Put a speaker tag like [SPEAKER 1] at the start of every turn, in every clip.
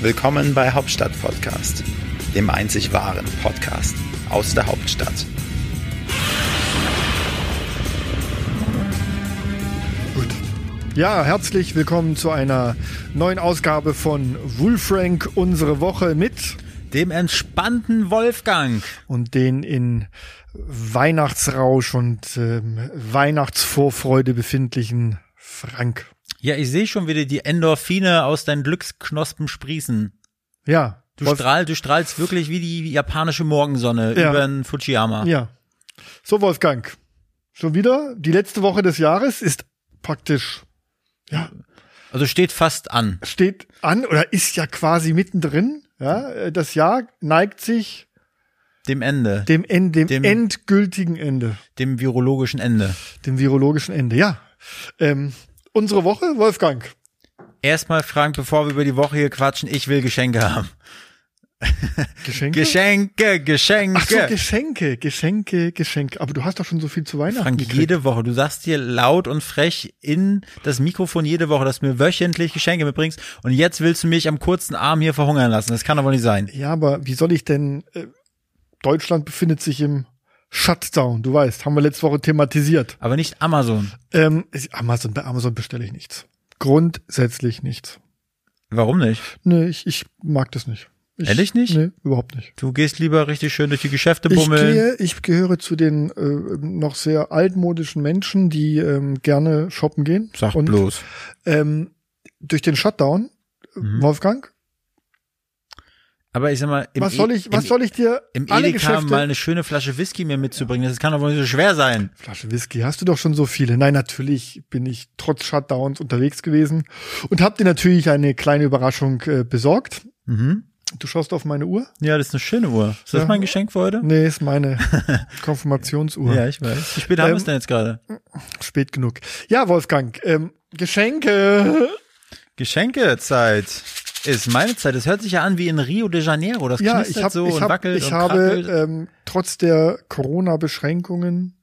[SPEAKER 1] Willkommen bei Hauptstadt Podcast, dem einzig wahren Podcast aus der Hauptstadt.
[SPEAKER 2] Ja, herzlich willkommen zu einer neuen Ausgabe von Wolfrank, unsere Woche mit
[SPEAKER 3] dem entspannten Wolfgang
[SPEAKER 2] und den in Weihnachtsrausch und ähm, Weihnachtsvorfreude befindlichen Frank.
[SPEAKER 3] Ja, ich sehe schon wieder die Endorphine aus deinen Glücksknospen sprießen.
[SPEAKER 2] Ja.
[SPEAKER 3] Du, strahl, du strahlst wirklich wie die japanische Morgensonne
[SPEAKER 2] Ja.
[SPEAKER 3] über den Fujiyama.
[SPEAKER 2] Ja. So, Wolfgang. Schon wieder die letzte Woche des Jahres ist praktisch, ja,
[SPEAKER 3] Also steht fast an.
[SPEAKER 2] steht an oder ist ja quasi mittendrin. Ja, Äh, das Jahr neigt sich
[SPEAKER 3] Dem Ende.
[SPEAKER 2] dem, End, dem,
[SPEAKER 3] Dem-
[SPEAKER 2] endgültigen Ende,
[SPEAKER 3] Dem virologischen Ende.
[SPEAKER 2] dem virologischen Ende. Ja. Ähm, unsere Woche, Wolfgang.
[SPEAKER 3] Erstmal, Frank, bevor wir über die Woche hier quatschen, ich will Geschenke haben.
[SPEAKER 2] Geschenke.
[SPEAKER 3] Geschenke, Geschenke.
[SPEAKER 2] Ach so, Geschenke, Geschenke, Geschenke. Aber du hast doch schon so viel zu Weihnachten
[SPEAKER 3] Frank,
[SPEAKER 2] gekriegt.
[SPEAKER 3] jede Woche, du sagst dir laut und frech in das Mikrofon jede Woche, dass du mir wöchentlich Geschenke mitbringst und jetzt willst du mich am kurzen Arm hier verhungern lassen. Das kann doch wohl nicht sein.
[SPEAKER 2] Ja, aber wie soll ich denn? Äh, Deutschland befindet sich im Shutdown, du weißt, haben wir letzte Woche thematisiert.
[SPEAKER 3] Aber nicht Amazon.
[SPEAKER 2] Ähm, ist- Amazon, bei Amazon bestelle ich nichts. Grundsätzlich nichts.
[SPEAKER 3] Warum nicht?
[SPEAKER 2] Nee, ich, ich mag das nicht. Ich,
[SPEAKER 3] Ehrlich nicht?
[SPEAKER 2] Nee, überhaupt nicht.
[SPEAKER 3] Du gehst lieber richtig schön durch die Geschäfte
[SPEAKER 2] Ich,
[SPEAKER 3] bummeln.
[SPEAKER 2] gehe, ich gehöre zu den äh, noch sehr altmodischen Menschen, die ähm, gerne shoppen gehen.
[SPEAKER 3] Sag
[SPEAKER 2] Und,
[SPEAKER 3] bloß.
[SPEAKER 2] Ähm, durch den Shutdown, äh,
[SPEAKER 3] Mhm.
[SPEAKER 2] Wolfgang,
[SPEAKER 3] Aber ich sag mal, im,
[SPEAKER 2] was soll ich,
[SPEAKER 3] E-
[SPEAKER 2] was
[SPEAKER 3] im,
[SPEAKER 2] soll ich dir
[SPEAKER 3] im
[SPEAKER 2] alle
[SPEAKER 3] Edeka
[SPEAKER 2] Geschäfte?
[SPEAKER 3] mal eine schöne Flasche Whisky mir mitzubringen? Das kann doch wohl nicht so schwer sein.
[SPEAKER 2] Flasche Whisky, hast du doch schon so viele. Nein, natürlich bin ich trotz Shutdowns unterwegs gewesen und habe dir natürlich eine kleine Überraschung äh, besorgt.
[SPEAKER 3] Mhm.
[SPEAKER 2] Du schaust auf meine Uhr?
[SPEAKER 3] Ja, das ist eine schöne Uhr. Ist das
[SPEAKER 2] Ja.
[SPEAKER 3] mein Geschenk für heute?
[SPEAKER 2] Nee, ist meine Konfirmationsuhr.
[SPEAKER 3] Ja, ich weiß. Ähm, Wie spät haben wir es denn jetzt gerade?
[SPEAKER 2] Spät genug. Ja, Wolfgang, ähm, Geschenke.
[SPEAKER 3] Geschenkezeit ist meine Zeit. Das hört sich ja an wie in Rio de Janeiro. Das
[SPEAKER 2] Ja,
[SPEAKER 3] knistert
[SPEAKER 2] ich, hab,
[SPEAKER 3] so
[SPEAKER 2] ich,
[SPEAKER 3] und
[SPEAKER 2] hab,
[SPEAKER 3] wackelt
[SPEAKER 2] ich
[SPEAKER 3] und
[SPEAKER 2] habe
[SPEAKER 3] krackelt.
[SPEAKER 2] ähm, trotz der Corona-Beschränkungen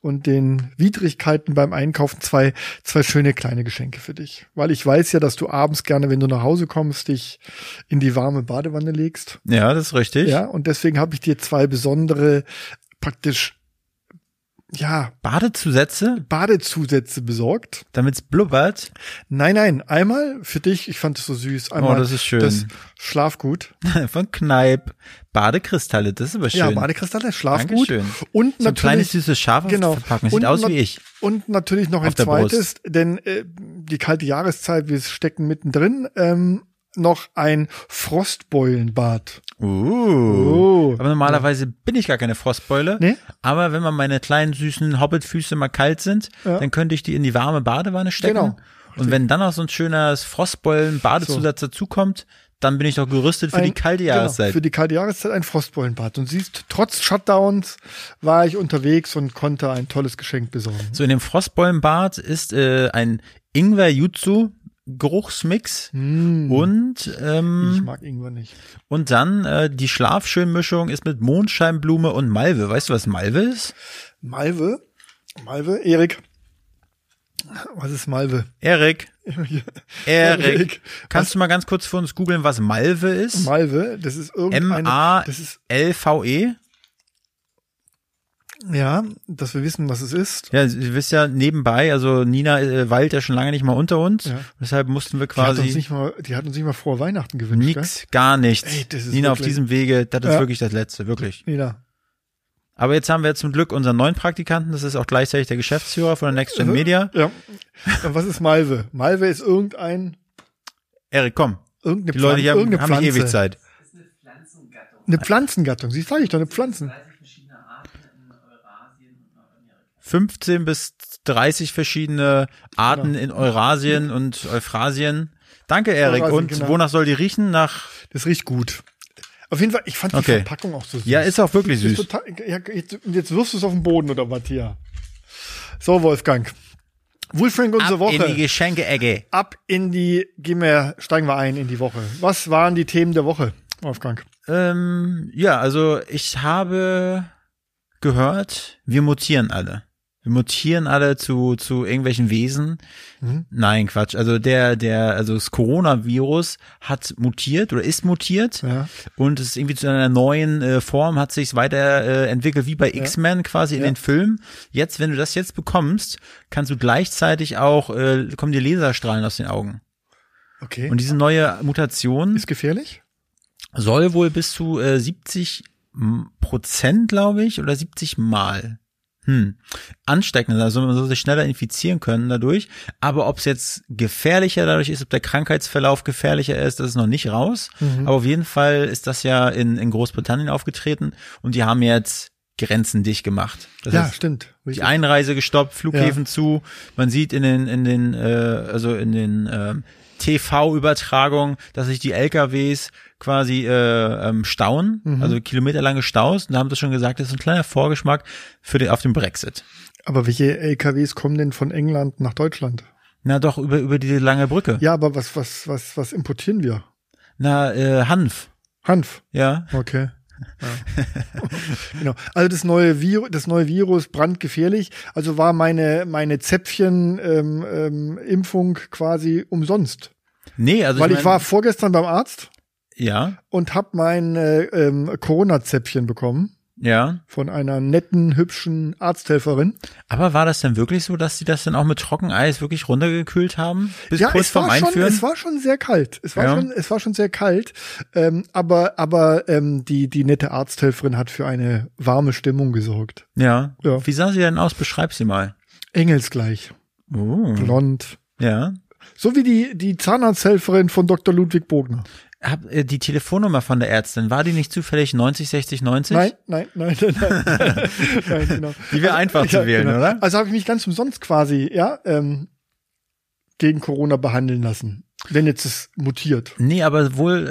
[SPEAKER 2] und den Widrigkeiten beim Einkaufen zwei, zwei schöne kleine Geschenke für dich. Weil ich weiß ja, dass du abends gerne, wenn du nach Hause kommst, dich in die warme Badewanne legst.
[SPEAKER 3] ja, das ist richtig.
[SPEAKER 2] Ja, und deswegen habe ich dir zwei besondere, praktisch, ja,
[SPEAKER 3] Badezusätze,
[SPEAKER 2] Badezusätze besorgt.
[SPEAKER 3] damit's blubbert.
[SPEAKER 2] Nein, nein, einmal für dich, ich fand es so süß, einmal
[SPEAKER 3] Oh, das ist schön.
[SPEAKER 2] Schlafgut.
[SPEAKER 3] Von Kneipp. Badekristalle, das ist aber schön.
[SPEAKER 2] Ja, Badekristalle, Schlafgut.
[SPEAKER 3] Dankeschön.
[SPEAKER 2] Und
[SPEAKER 3] so ein kleines
[SPEAKER 2] natürlich,
[SPEAKER 3] süßes Schaf auf
[SPEAKER 2] genau.
[SPEAKER 3] der Verpackung. Sieht
[SPEAKER 2] Und
[SPEAKER 3] aus
[SPEAKER 2] nat-
[SPEAKER 3] wie ich.
[SPEAKER 2] und natürlich noch ein
[SPEAKER 3] auf der
[SPEAKER 2] zweites, denn äh, die kalte Jahreszeit, wir stecken mittendrin, ähm, noch ein Frostbeulenbad.
[SPEAKER 3] Uh.
[SPEAKER 2] Oh.
[SPEAKER 3] Aber normalerweise bin ich gar keine Frostbeule.
[SPEAKER 2] Nee?
[SPEAKER 3] Aber wenn mal meine kleinen süßen Hobbitfüße mal kalt sind,
[SPEAKER 2] Ja.
[SPEAKER 3] dann könnte ich die in die warme Badewanne stecken.
[SPEAKER 2] Genau.
[SPEAKER 3] Und wenn dann noch so ein schönes Frostbeulen-Badezusatz dazukommt, dann bin ich doch gerüstet für die
[SPEAKER 2] Ein-
[SPEAKER 3] kalte
[SPEAKER 2] genau,
[SPEAKER 3] Jahreszeit.
[SPEAKER 2] für die kalte Jahreszeit ein Frostbeulenbad. Und siehst, trotz Shutdowns war ich unterwegs und konnte ein tolles Geschenk besorgen.
[SPEAKER 3] so in dem Frostbeulenbad ist äh, ein Ingwer-Jutsu-Geruchsmix und
[SPEAKER 2] Hm. Ich
[SPEAKER 3] ähm,
[SPEAKER 2] mag Ingwer nicht.
[SPEAKER 3] und dann äh, die Schlafschönmischung ist mit Mondscheinblume und Malve. Weißt du, was Malve ist?
[SPEAKER 2] Malve, Malve, Erik. Was ist Malve?
[SPEAKER 3] Erik, Erik,
[SPEAKER 2] Erik,
[SPEAKER 3] kannst du mal ganz kurz für uns googeln, was Malve ist?
[SPEAKER 2] Malve, das ist irgendeine. Das ist,
[SPEAKER 3] M-A-L-V-E.
[SPEAKER 2] ja, dass wir wissen, was es ist.
[SPEAKER 3] Ja, ihr wisst ja nebenbei, also Nina äh, Wald ja schon lange nicht mal unter uns.
[SPEAKER 2] Ja.
[SPEAKER 3] Deshalb mussten wir
[SPEAKER 2] Die hat, uns
[SPEAKER 3] quasi
[SPEAKER 2] nicht mal, die hat uns nicht mal frohe Weihnachten gewünscht.
[SPEAKER 3] nix, gar nichts.
[SPEAKER 2] Ey, das ist
[SPEAKER 3] Nina auf
[SPEAKER 2] wirklich-
[SPEAKER 3] diesem Wege, das ist
[SPEAKER 2] Ja.
[SPEAKER 3] wirklich das Letzte, wirklich.
[SPEAKER 2] Gell? Nina.
[SPEAKER 3] Aber jetzt haben wir zum Glück unseren neuen Praktikanten, das ist auch gleichzeitig der Geschäftsführer von der Next Gen Media.
[SPEAKER 2] Ja. Und was ist Malve? Malve ist irgendein,
[SPEAKER 3] Erik, komm.
[SPEAKER 2] irgendeine,
[SPEAKER 3] Die Leute
[SPEAKER 2] Pflan-
[SPEAKER 3] hier haben,
[SPEAKER 2] irgendeine
[SPEAKER 3] haben nicht
[SPEAKER 2] Pflanze.
[SPEAKER 3] ewig Zeit.
[SPEAKER 2] Eine Pflanzengattung. Sie sage ich doch, eine Pflanzen.
[SPEAKER 3] 15 bis 30 verschiedene Arten in Eurasien und Euphrasien. Danke, Erik.
[SPEAKER 2] Eurasien,
[SPEAKER 3] Und
[SPEAKER 2] genau.
[SPEAKER 3] wonach soll die riechen? Nach.
[SPEAKER 2] Das riecht gut. Auf jeden Fall, ich fand die
[SPEAKER 3] Okay.
[SPEAKER 2] Verpackung auch so süß.
[SPEAKER 3] Ja, ist auch wirklich
[SPEAKER 2] Ist
[SPEAKER 3] süß.
[SPEAKER 2] total, ja, jetzt, jetzt wirfst du es auf den Boden, oder Matthias? So, Wolfgang. Wolfgang, unsere
[SPEAKER 3] Ab
[SPEAKER 2] Woche.
[SPEAKER 3] in die Geschenke-Ecke.
[SPEAKER 2] Ab in die, gehen wir, steigen wir ein in die Woche. Was waren die Themen der Woche, Wolfgang?
[SPEAKER 3] Ähm, ja, also ich habe gehört, wir mutieren alle. Wir mutieren alle zu, zu irgendwelchen Wesen.
[SPEAKER 2] Mhm.
[SPEAKER 3] Nein, Quatsch. Also der, der, also das Coronavirus hat mutiert oder ist mutiert
[SPEAKER 2] Ja.
[SPEAKER 3] und es ist irgendwie zu einer neuen äh, Form, hat sich weiter äh, entwickelt, wie bei X-Men quasi in
[SPEAKER 2] Ja.
[SPEAKER 3] den Filmen. Jetzt, wenn du das jetzt bekommst, kannst du gleichzeitig auch, äh, kommen dir Laserstrahlen aus den Augen.
[SPEAKER 2] Okay.
[SPEAKER 3] Und diese neue Mutation
[SPEAKER 2] ist gefährlich?
[SPEAKER 3] soll wohl bis zu äh, 70 M- Prozent, glaube ich, oder 70 Mal hm, ansteckender, also man soll sich schneller infizieren können dadurch. Aber ob es jetzt gefährlicher dadurch ist, ob der Krankheitsverlauf gefährlicher ist, das ist noch nicht raus. Aber auf jeden Fall ist das ja in, in Großbritannien aufgetreten und die haben jetzt Grenzen dicht gemacht. Das
[SPEAKER 2] ja,
[SPEAKER 3] heißt,
[SPEAKER 2] stimmt.
[SPEAKER 3] die
[SPEAKER 2] Richtig.
[SPEAKER 3] Einreise gestoppt, Flughäfen zu. Man sieht in den in den äh, also in den ähm, TV-Übertragungen, dass sich die LKWs quasi äh, ähm, stauen,
[SPEAKER 2] Mhm.
[SPEAKER 3] also kilometerlange Staus. Und da haben sie schon gesagt, das ist ein kleiner Vorgeschmack für den auf den Brexit.
[SPEAKER 2] Aber welche LKWs kommen denn von England nach Deutschland?
[SPEAKER 3] Na doch über über diese lange Brücke.
[SPEAKER 2] Ja, aber was, was, was, was importieren wir?
[SPEAKER 3] Na äh, Hanf,
[SPEAKER 2] Hanf.
[SPEAKER 3] ja.
[SPEAKER 2] Okay. Ja. genau. Also das neue Virus, das neue Virus brandgefährlich. Also war meine meine Zäpfchen ähm, ähm, Impfung quasi umsonst,
[SPEAKER 3] Nee, also
[SPEAKER 2] weil ich,
[SPEAKER 3] mein-
[SPEAKER 2] war vorgestern beim Arzt
[SPEAKER 3] ja
[SPEAKER 2] und habe mein äh, ähm, Corona Zäpfchen bekommen
[SPEAKER 3] ja.
[SPEAKER 2] von einer netten hübschen Arzthelferin.
[SPEAKER 3] Aber war das denn wirklich so, dass sie das dann auch mit Trockeneis wirklich runtergekühlt haben bis kurz
[SPEAKER 2] es war
[SPEAKER 3] vorm
[SPEAKER 2] schon,
[SPEAKER 3] Einführen?
[SPEAKER 2] es war schon sehr kalt. Es war
[SPEAKER 3] Ja.
[SPEAKER 2] schon, es war schon sehr kalt. Ähm, aber aber ähm, die die nette Arzthelferin hat für eine warme Stimmung gesorgt.
[SPEAKER 3] ja.
[SPEAKER 2] Ja.
[SPEAKER 3] Wie sah sie denn aus? Beschreib sie mal.
[SPEAKER 2] Engelsgleich,
[SPEAKER 3] Oh.
[SPEAKER 2] blond.
[SPEAKER 3] Ja.
[SPEAKER 2] So wie die, die Zahnarzthelferin von Dr. Ludwig Bogner.
[SPEAKER 3] Hab, äh, die Telefonnummer von der Ärztin, war die nicht zufällig 90 60 90?
[SPEAKER 2] Nein, nein, nein, nein, nein. nein genau.
[SPEAKER 3] Die wäre einfach zu wählen,
[SPEAKER 2] genau.
[SPEAKER 3] oder?
[SPEAKER 2] Also habe ich mich ganz umsonst quasi, ja, ähm, gegen Corona behandeln lassen. Wenn jetzt es mutiert.
[SPEAKER 3] Nee, aber wohl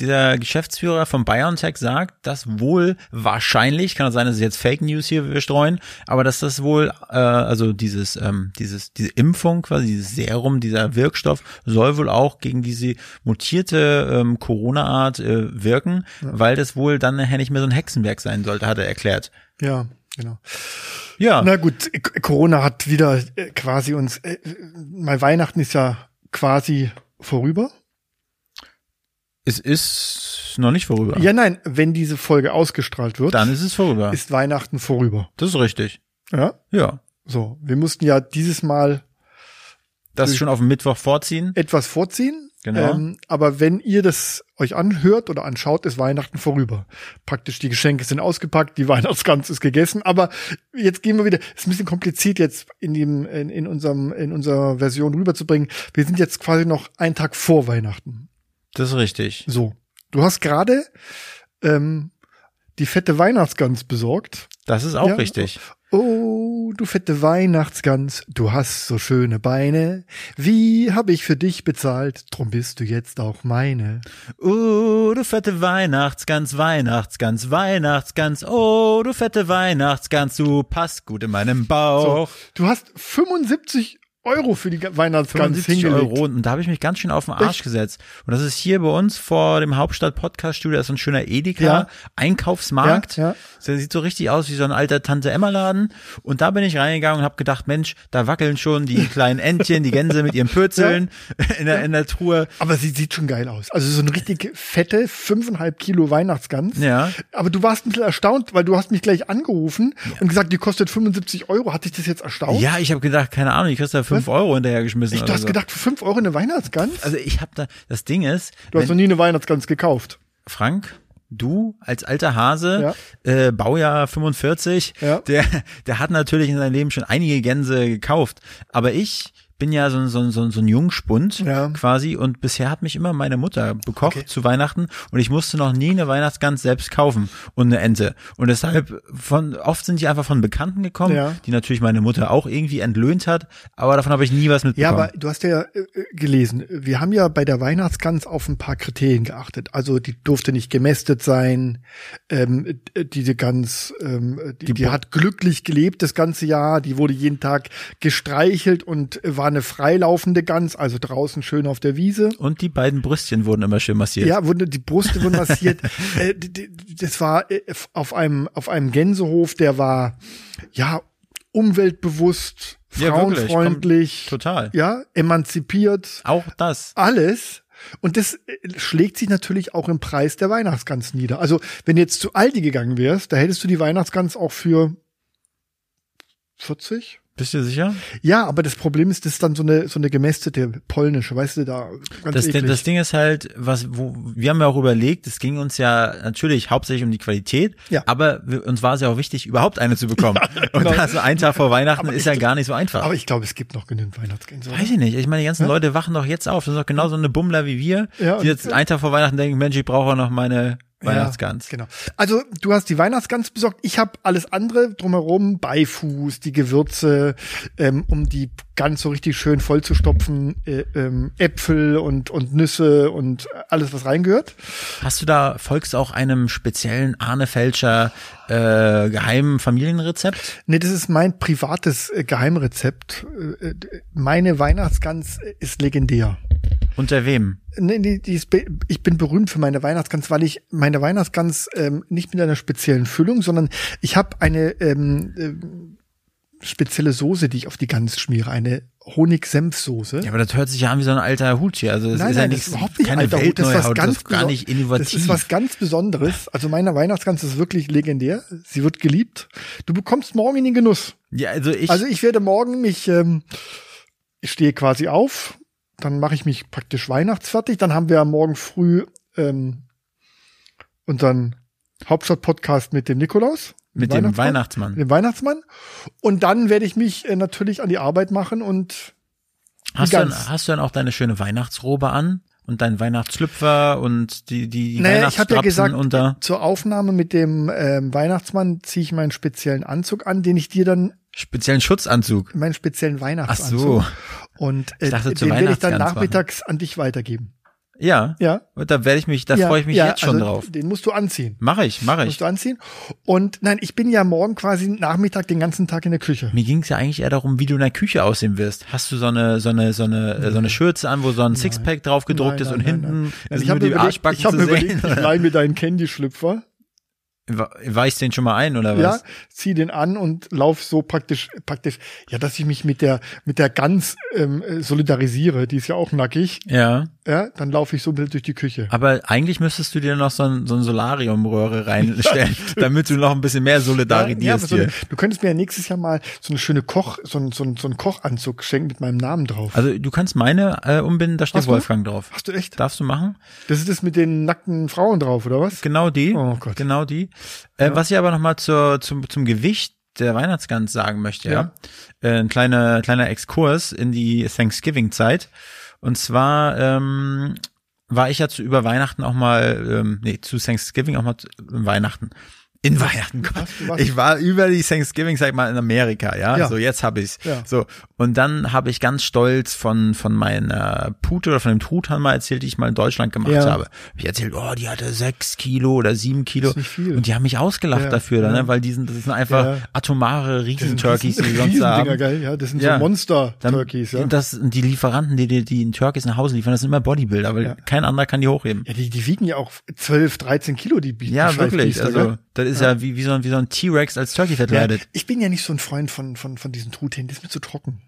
[SPEAKER 3] äh, der Geschäftsführer von BioNTech sagt, dass wohl wahrscheinlich, kann auch sein, dass es jetzt Fake News hier wir streuen, aber dass das wohl, äh, also dieses, ähm, dieses, diese Impfung quasi, dieses Serum, dieser Wirkstoff soll wohl auch gegen diese mutierte ähm, Corona-Art äh, wirken, weil das wohl dann nachher nicht mehr so ein Hexenwerk sein sollte, hat er erklärt.
[SPEAKER 2] Ja, genau.
[SPEAKER 3] Ja.
[SPEAKER 2] Na gut, äh, Corona hat wieder äh, quasi uns, äh, mal Weihnachten ist ja quasi vorüber.
[SPEAKER 3] Es ist noch nicht vorüber.
[SPEAKER 2] Ja, nein, wenn diese Folge ausgestrahlt wird,
[SPEAKER 3] Dann ist es vorüber.
[SPEAKER 2] ist Weihnachten vorüber.
[SPEAKER 3] das ist richtig.
[SPEAKER 2] Ja.
[SPEAKER 3] Ja.
[SPEAKER 2] So, wir mussten ja dieses Mal
[SPEAKER 3] Das schon auf den Mittwoch vorziehen.
[SPEAKER 2] etwas vorziehen.
[SPEAKER 3] Genau.
[SPEAKER 2] Ähm, aber wenn ihr das euch anhört oder anschaut, ist Weihnachten vorüber. Praktisch die Geschenke sind ausgepackt, die Weihnachtsgans ist gegessen. Aber jetzt gehen wir wieder. Ist ein bisschen kompliziert jetzt in dem in, in unserem in unserer Version rüberzubringen. Wir sind jetzt quasi noch einen Tag vor Weihnachten.
[SPEAKER 3] Das ist richtig.
[SPEAKER 2] So, du hast gerade ähm, die fette Weihnachtsgans besorgt.
[SPEAKER 3] Das ist auch
[SPEAKER 2] Ja.
[SPEAKER 3] richtig.
[SPEAKER 2] Oh, du fette Weihnachtsgans, du hast so schöne Beine. Wie hab ich für dich bezahlt? Drum bist du jetzt auch meine.
[SPEAKER 3] Oh, du fette Weihnachtsgans, Weihnachtsgans, Weihnachtsgans. Oh, du fette Weihnachtsgans, du passt gut in meinem Bauch.
[SPEAKER 2] Du hast 75 Euro für die Ga- Weihnachtsgans
[SPEAKER 3] 75
[SPEAKER 2] hingelegt.
[SPEAKER 3] Euro und da habe ich mich ganz schön auf den Arsch gesetzt. Und das ist hier bei uns vor dem Hauptstadt-Podcast-Studio, das ist so ein schöner Edeka,
[SPEAKER 2] Ja.
[SPEAKER 3] Einkaufsmarkt.
[SPEAKER 2] Ja, ja.
[SPEAKER 3] Der sieht so richtig aus wie so ein alter Tante-Emma-Laden. Und da bin ich reingegangen und habe gedacht, Mensch, da wackeln schon die kleinen Entchen, die Gänse mit ihren Pürzeln in, der, in der Truhe.
[SPEAKER 2] Aber sie sieht schon geil aus. Also so eine richtig fette, 5,5 Kilo Weihnachtsgans.
[SPEAKER 3] Ja.
[SPEAKER 2] Aber du warst ein bisschen erstaunt, weil du hast mich gleich angerufen und gesagt, die kostet 75 Euro. Hat dich das jetzt erstaunt?
[SPEAKER 3] Ja, ich habe gedacht, keine Ahnung, ich kriegst da fünf Euro hinterhergeschmissen.
[SPEAKER 2] Ich, du
[SPEAKER 3] oder
[SPEAKER 2] hast
[SPEAKER 3] so.
[SPEAKER 2] gedacht, für 5 Euro eine Weihnachtsgans?
[SPEAKER 3] Also ich habe da, das Ding ist,
[SPEAKER 2] du hast noch
[SPEAKER 3] wenn,
[SPEAKER 2] nie eine Weihnachtsgans gekauft.
[SPEAKER 3] Frank, du als alter Hase, äh, Baujahr 45,
[SPEAKER 2] Ja.
[SPEAKER 3] der, der hat natürlich in seinem Leben schon einige Gänse gekauft. Aber ich bin ja so, ein- so, ein- so, ein- so ein Jungspund
[SPEAKER 2] Ja.
[SPEAKER 3] quasi und bisher hat mich immer meine Mutter bekocht zu Weihnachten und ich musste noch nie eine Weihnachtsgans selbst kaufen und eine Ente. Und deshalb, von oft sind die einfach von Bekannten gekommen,
[SPEAKER 2] Ja.
[SPEAKER 3] die natürlich meine Mutter auch irgendwie entlöhnt hat, aber davon habe ich nie was
[SPEAKER 2] Ja,
[SPEAKER 3] mitbekommen.
[SPEAKER 2] aber du hast ja äh, äh, gelesen, wir haben ja bei der Weihnachtsgans auf ein paar Kriterien geachtet. Also die durfte nicht gemästet sein, ähm, äh, diese Gans, ähm, die, die, hat glücklich gelebt das ganze Jahr, die wurde jeden Tag gestreichelt und äh, war eine freilaufende Gans, also draußen schön auf der Wiese.
[SPEAKER 3] und die beiden Brüstchen wurden immer schön massiert.
[SPEAKER 2] Ja, wurde, die Brust wurde massiert. äh, die- die- das war äh, auf einem, auf einem Gänsehof, der war, ja, umweltbewusst,
[SPEAKER 3] Ja, wirklich,
[SPEAKER 2] frauenfreundlich,
[SPEAKER 3] Total.
[SPEAKER 2] ja, emanzipiert,
[SPEAKER 3] Auch das.
[SPEAKER 2] alles. Und das äh, schlägt sich natürlich auch im Preis der Weihnachtsgans nieder. Also, wenn du jetzt zu Aldi gegangen wärst, da hättest du die Weihnachtsgans auch für 40?
[SPEAKER 3] Bist du sicher?
[SPEAKER 2] Ja, aber das Problem ist, das ist dann so eine, so eine gemästete polnische, weißt du, da ganz
[SPEAKER 3] Das,
[SPEAKER 2] eklig.
[SPEAKER 3] das Ding ist halt, was, wo, wir haben ja auch überlegt, es ging uns ja natürlich hauptsächlich um die Qualität,
[SPEAKER 2] Ja. genau.
[SPEAKER 3] aber wir, uns war es ja auch wichtig, überhaupt eine zu bekommen. Und also einen Tag vor Weihnachten ist ja gar nicht so einfach.
[SPEAKER 2] aber ich glaube, es gibt noch genügend Weihnachtsgänse. oder?
[SPEAKER 3] Weiß ich nicht. Ich meine, die ganzen Leute wachen doch jetzt auf. Das sind doch genauso eine Bummler wie wir,
[SPEAKER 2] Ja, und-
[SPEAKER 3] die jetzt einen Tag vor Weihnachten denken, Mensch, ich brauche noch meine Weihnachtsgans.
[SPEAKER 2] Ja, genau. Also du hast die Weihnachtsgans besorgt. Ich habe alles andere drumherum, Beifuß, die Gewürze, ähm, um die Gans so richtig schön vollzustopfen, äh, ähm, Äpfel und, und Nüsse und alles, was reingehört.
[SPEAKER 3] Hast du da, folgst du auch einem speziellen Arne Felscher äh, geheimen Familienrezept?
[SPEAKER 2] Nee, das ist mein privates äh, Geheimrezept. Äh, äh, meine Weihnachtsgans äh, ist legendär.
[SPEAKER 3] Unter wem?
[SPEAKER 2] Nee, die, die ist be ich bin berühmt für meine Weihnachtsgans, weil ich meine Weihnachtsgans ähm, nicht mit einer speziellen Füllung, sondern ich habe eine ähm, ähm, spezielle Soße, die ich auf die Gans schmiere, eine Honig-Senf-Soße.
[SPEAKER 3] Ja, aber das hört sich ja an wie so ein alter Hut hier. Also das ist ja
[SPEAKER 2] das
[SPEAKER 3] nichts,
[SPEAKER 2] ist überhaupt nicht
[SPEAKER 3] keine
[SPEAKER 2] alter Hut, das ist was
[SPEAKER 3] Weltneuheit, das
[SPEAKER 2] ganz
[SPEAKER 3] ist gar
[SPEAKER 2] Besor-
[SPEAKER 3] nicht innovativ.
[SPEAKER 2] Das ist was ganz Besonderes. Also meine Weihnachtsgans ist wirklich legendär. Sie wird geliebt. Du bekommst morgen in den Genuss.
[SPEAKER 3] ja, also ich,
[SPEAKER 2] Also ich werde morgen mich, ähm, ich stehe quasi auf, dann mache ich mich praktisch weihnachtsfertig, dann haben wir am morgen früh ähm, unseren Hauptstadt-Podcast mit dem Nikolaus.
[SPEAKER 3] mit dem
[SPEAKER 2] Weihnachtsmann,
[SPEAKER 3] Weihnachtsmann.
[SPEAKER 2] Mit dem Weihnachtsmann. Und dann werde ich mich äh, natürlich an die Arbeit machen und
[SPEAKER 3] hast, du dann,
[SPEAKER 2] Gans.
[SPEAKER 3] hast du dann auch deine schöne Weihnachtsrobe an? Und dein Weihnachtslüpfer und die, die die
[SPEAKER 2] Naja, ich habe ja
[SPEAKER 3] Weihnachtsstrapsen
[SPEAKER 2] gesagt,
[SPEAKER 3] unter.
[SPEAKER 2] zur Aufnahme mit dem ähm, Weihnachtsmann ziehe ich meinen speziellen Anzug an, den ich dir dann,
[SPEAKER 3] Speziellen Schutzanzug.
[SPEAKER 2] meinen speziellen
[SPEAKER 3] Ach
[SPEAKER 2] Weihnachtsanzug.
[SPEAKER 3] so.
[SPEAKER 2] Und äh,
[SPEAKER 3] Ich dachte, zu
[SPEAKER 2] den werde ich dann
[SPEAKER 3] Weihnachtsgans machen.
[SPEAKER 2] nachmittags an dich weitergeben.
[SPEAKER 3] Ja.
[SPEAKER 2] Ja.
[SPEAKER 3] Und da werde ich mich, da
[SPEAKER 2] Ja,
[SPEAKER 3] freue ich mich
[SPEAKER 2] ja,
[SPEAKER 3] jetzt schon
[SPEAKER 2] also
[SPEAKER 3] drauf.
[SPEAKER 2] Den musst du anziehen.
[SPEAKER 3] Mache ich, mache ich.
[SPEAKER 2] Musst du anziehen. Und nein, ich bin ja morgen quasi Nachmittag den ganzen Tag in der Küche.
[SPEAKER 3] Mir ging es ja eigentlich eher darum, wie du in der Küche aussehen wirst. Hast du so eine so eine so eine äh, so eine Schürze an, wo so ein Sixpack drauf
[SPEAKER 2] Nein,
[SPEAKER 3] gedruckt ist
[SPEAKER 2] nein,
[SPEAKER 3] und
[SPEAKER 2] nein,
[SPEAKER 3] hinten
[SPEAKER 2] nein. Nein,
[SPEAKER 3] ist
[SPEAKER 2] Also ich
[SPEAKER 3] nur
[SPEAKER 2] habe
[SPEAKER 3] die
[SPEAKER 2] überlegt,
[SPEAKER 3] Arschbacken
[SPEAKER 2] ich hab
[SPEAKER 3] zu
[SPEAKER 2] mir überlegt, ich
[SPEAKER 3] sehen?
[SPEAKER 2] leih mir deinen Candy-Schlüpfer,
[SPEAKER 3] Wa- Weiß den schon mal ein oder
[SPEAKER 2] ja,
[SPEAKER 3] was?
[SPEAKER 2] zieh den an und lauf so praktisch, praktisch, ja, dass ich mich mit der, mit der Gans ähm, äh, solidarisiere, die ist ja auch nackig,
[SPEAKER 3] Ja.
[SPEAKER 2] ja, dann laufe ich so ein bisschen durch die Küche.
[SPEAKER 3] Aber eigentlich müsstest du dir noch so ein, so ein Solariumröhre reinstellen, damit du noch ein bisschen mehr
[SPEAKER 2] ja, aber
[SPEAKER 3] solidarisierst
[SPEAKER 2] so eine,
[SPEAKER 3] hier.
[SPEAKER 2] du könntest mir ja nächstes Jahr mal so eine schöne Koch, so einen so einen- so einen Kochanzug schenken mit meinem Namen drauf.
[SPEAKER 3] Also du kannst meine äh, umbinden, da steht
[SPEAKER 2] Hast du?
[SPEAKER 3] Wolfgang drauf.
[SPEAKER 2] Hast du echt?
[SPEAKER 3] Darfst du machen?
[SPEAKER 2] Das ist das mit den nackten Frauen drauf, oder was?
[SPEAKER 3] Genau die.
[SPEAKER 2] Oh Gott.
[SPEAKER 3] Genau die. Äh, Was ich aber nochmal zum, zum Gewicht der Weihnachtsgans sagen möchte, ja. Äh, ein kleiner, kleiner Exkurs in die Thanksgiving-Zeit. Und zwar ähm, war ich ja zu über Weihnachten auch mal, ähm, nee, zu Thanksgiving auch mal zu, in Weihnachten. In Weihnachten, Gott.
[SPEAKER 2] du warst-
[SPEAKER 3] Ich war über die Thanksgiving-Zeit mal in Amerika, ja.
[SPEAKER 2] Ja.
[SPEAKER 3] So, jetzt habe ich's.
[SPEAKER 2] Ja.
[SPEAKER 3] So. Und dann habe ich ganz stolz von, von meiner Pute oder von dem Truthahn mal erzählt, die ich mal in Deutschland gemacht
[SPEAKER 2] Ja.
[SPEAKER 3] habe. Ich erzählt, oh, die hatte sechs Kilo oder sieben Kilo.
[SPEAKER 2] ist nicht viel.
[SPEAKER 3] Und die haben mich ausgelacht
[SPEAKER 2] Ja,
[SPEAKER 3] dafür, dann,
[SPEAKER 2] ja.
[SPEAKER 3] ne? weil die sind, das sind einfach
[SPEAKER 2] Ja.
[SPEAKER 3] atomare
[SPEAKER 2] Das
[SPEAKER 3] Riesenturkeys, die
[SPEAKER 2] sind
[SPEAKER 3] wir sonst da
[SPEAKER 2] Riesendinger,
[SPEAKER 3] haben.
[SPEAKER 2] Geil, ja, das sind so
[SPEAKER 3] Ja. Dann,
[SPEAKER 2] Monster-Turkeys. Ja.
[SPEAKER 3] und das, und die Lieferanten, die, die, die in Turkeys nach Hause liefern, das sind immer Bodybuilder, weil
[SPEAKER 2] Ja.
[SPEAKER 3] kein anderer kann die hochheben.
[SPEAKER 2] ja, die, die wiegen ja auch 12, 13 Kilo, die Bienen.
[SPEAKER 3] Ja, wirklich. Also, das ist ja, wie, wie so ein, wie so ein T-Rex als Turkey
[SPEAKER 2] ja,
[SPEAKER 3] verkleidet.
[SPEAKER 2] ich bin ja nicht so ein Freund von, von, von diesen Truthähnen, die ist mir zu trocken.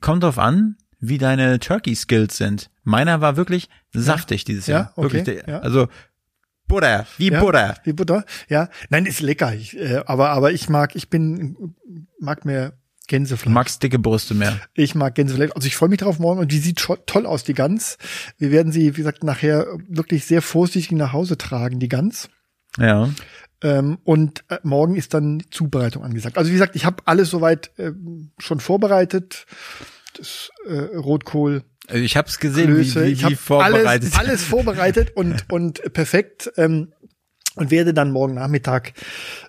[SPEAKER 3] Kommt drauf an, wie deine Turkey-Skills sind. Meiner war wirklich saftig dieses
[SPEAKER 2] Ja,
[SPEAKER 3] Jahr.
[SPEAKER 2] okay,
[SPEAKER 3] wirklich, der-
[SPEAKER 2] ja.
[SPEAKER 3] Also, Butter, wie
[SPEAKER 2] Ja.
[SPEAKER 3] Butter.
[SPEAKER 2] Wie Butter? Ja, nein, ist lecker. Ich, äh, aber, aber ich mag, ich bin, mag mehr
[SPEAKER 3] Du
[SPEAKER 2] Gänsefleisch.
[SPEAKER 3] magst dicke Brüste mehr.
[SPEAKER 2] Ich mag Gänsefleisch. Also ich freue mich drauf morgen und die sieht scho- toll aus, die Gans. Wir werden sie, wie gesagt, nachher wirklich sehr vorsichtig nach Hause tragen, die Gans.
[SPEAKER 3] Ja.
[SPEAKER 2] Ähm, und äh, morgen ist dann die Zubereitung angesagt. Also wie gesagt, ich habe alles soweit ähm, schon vorbereitet. Das äh, Rotkohl,
[SPEAKER 3] Also Ich hab's gesehen,
[SPEAKER 2] Klöße,
[SPEAKER 3] wie, wie,
[SPEAKER 2] ich
[SPEAKER 3] wie
[SPEAKER 2] habe
[SPEAKER 3] vorbereitet.
[SPEAKER 2] alles, alles vorbereitet und und perfekt ähm, und werde dann morgen Nachmittag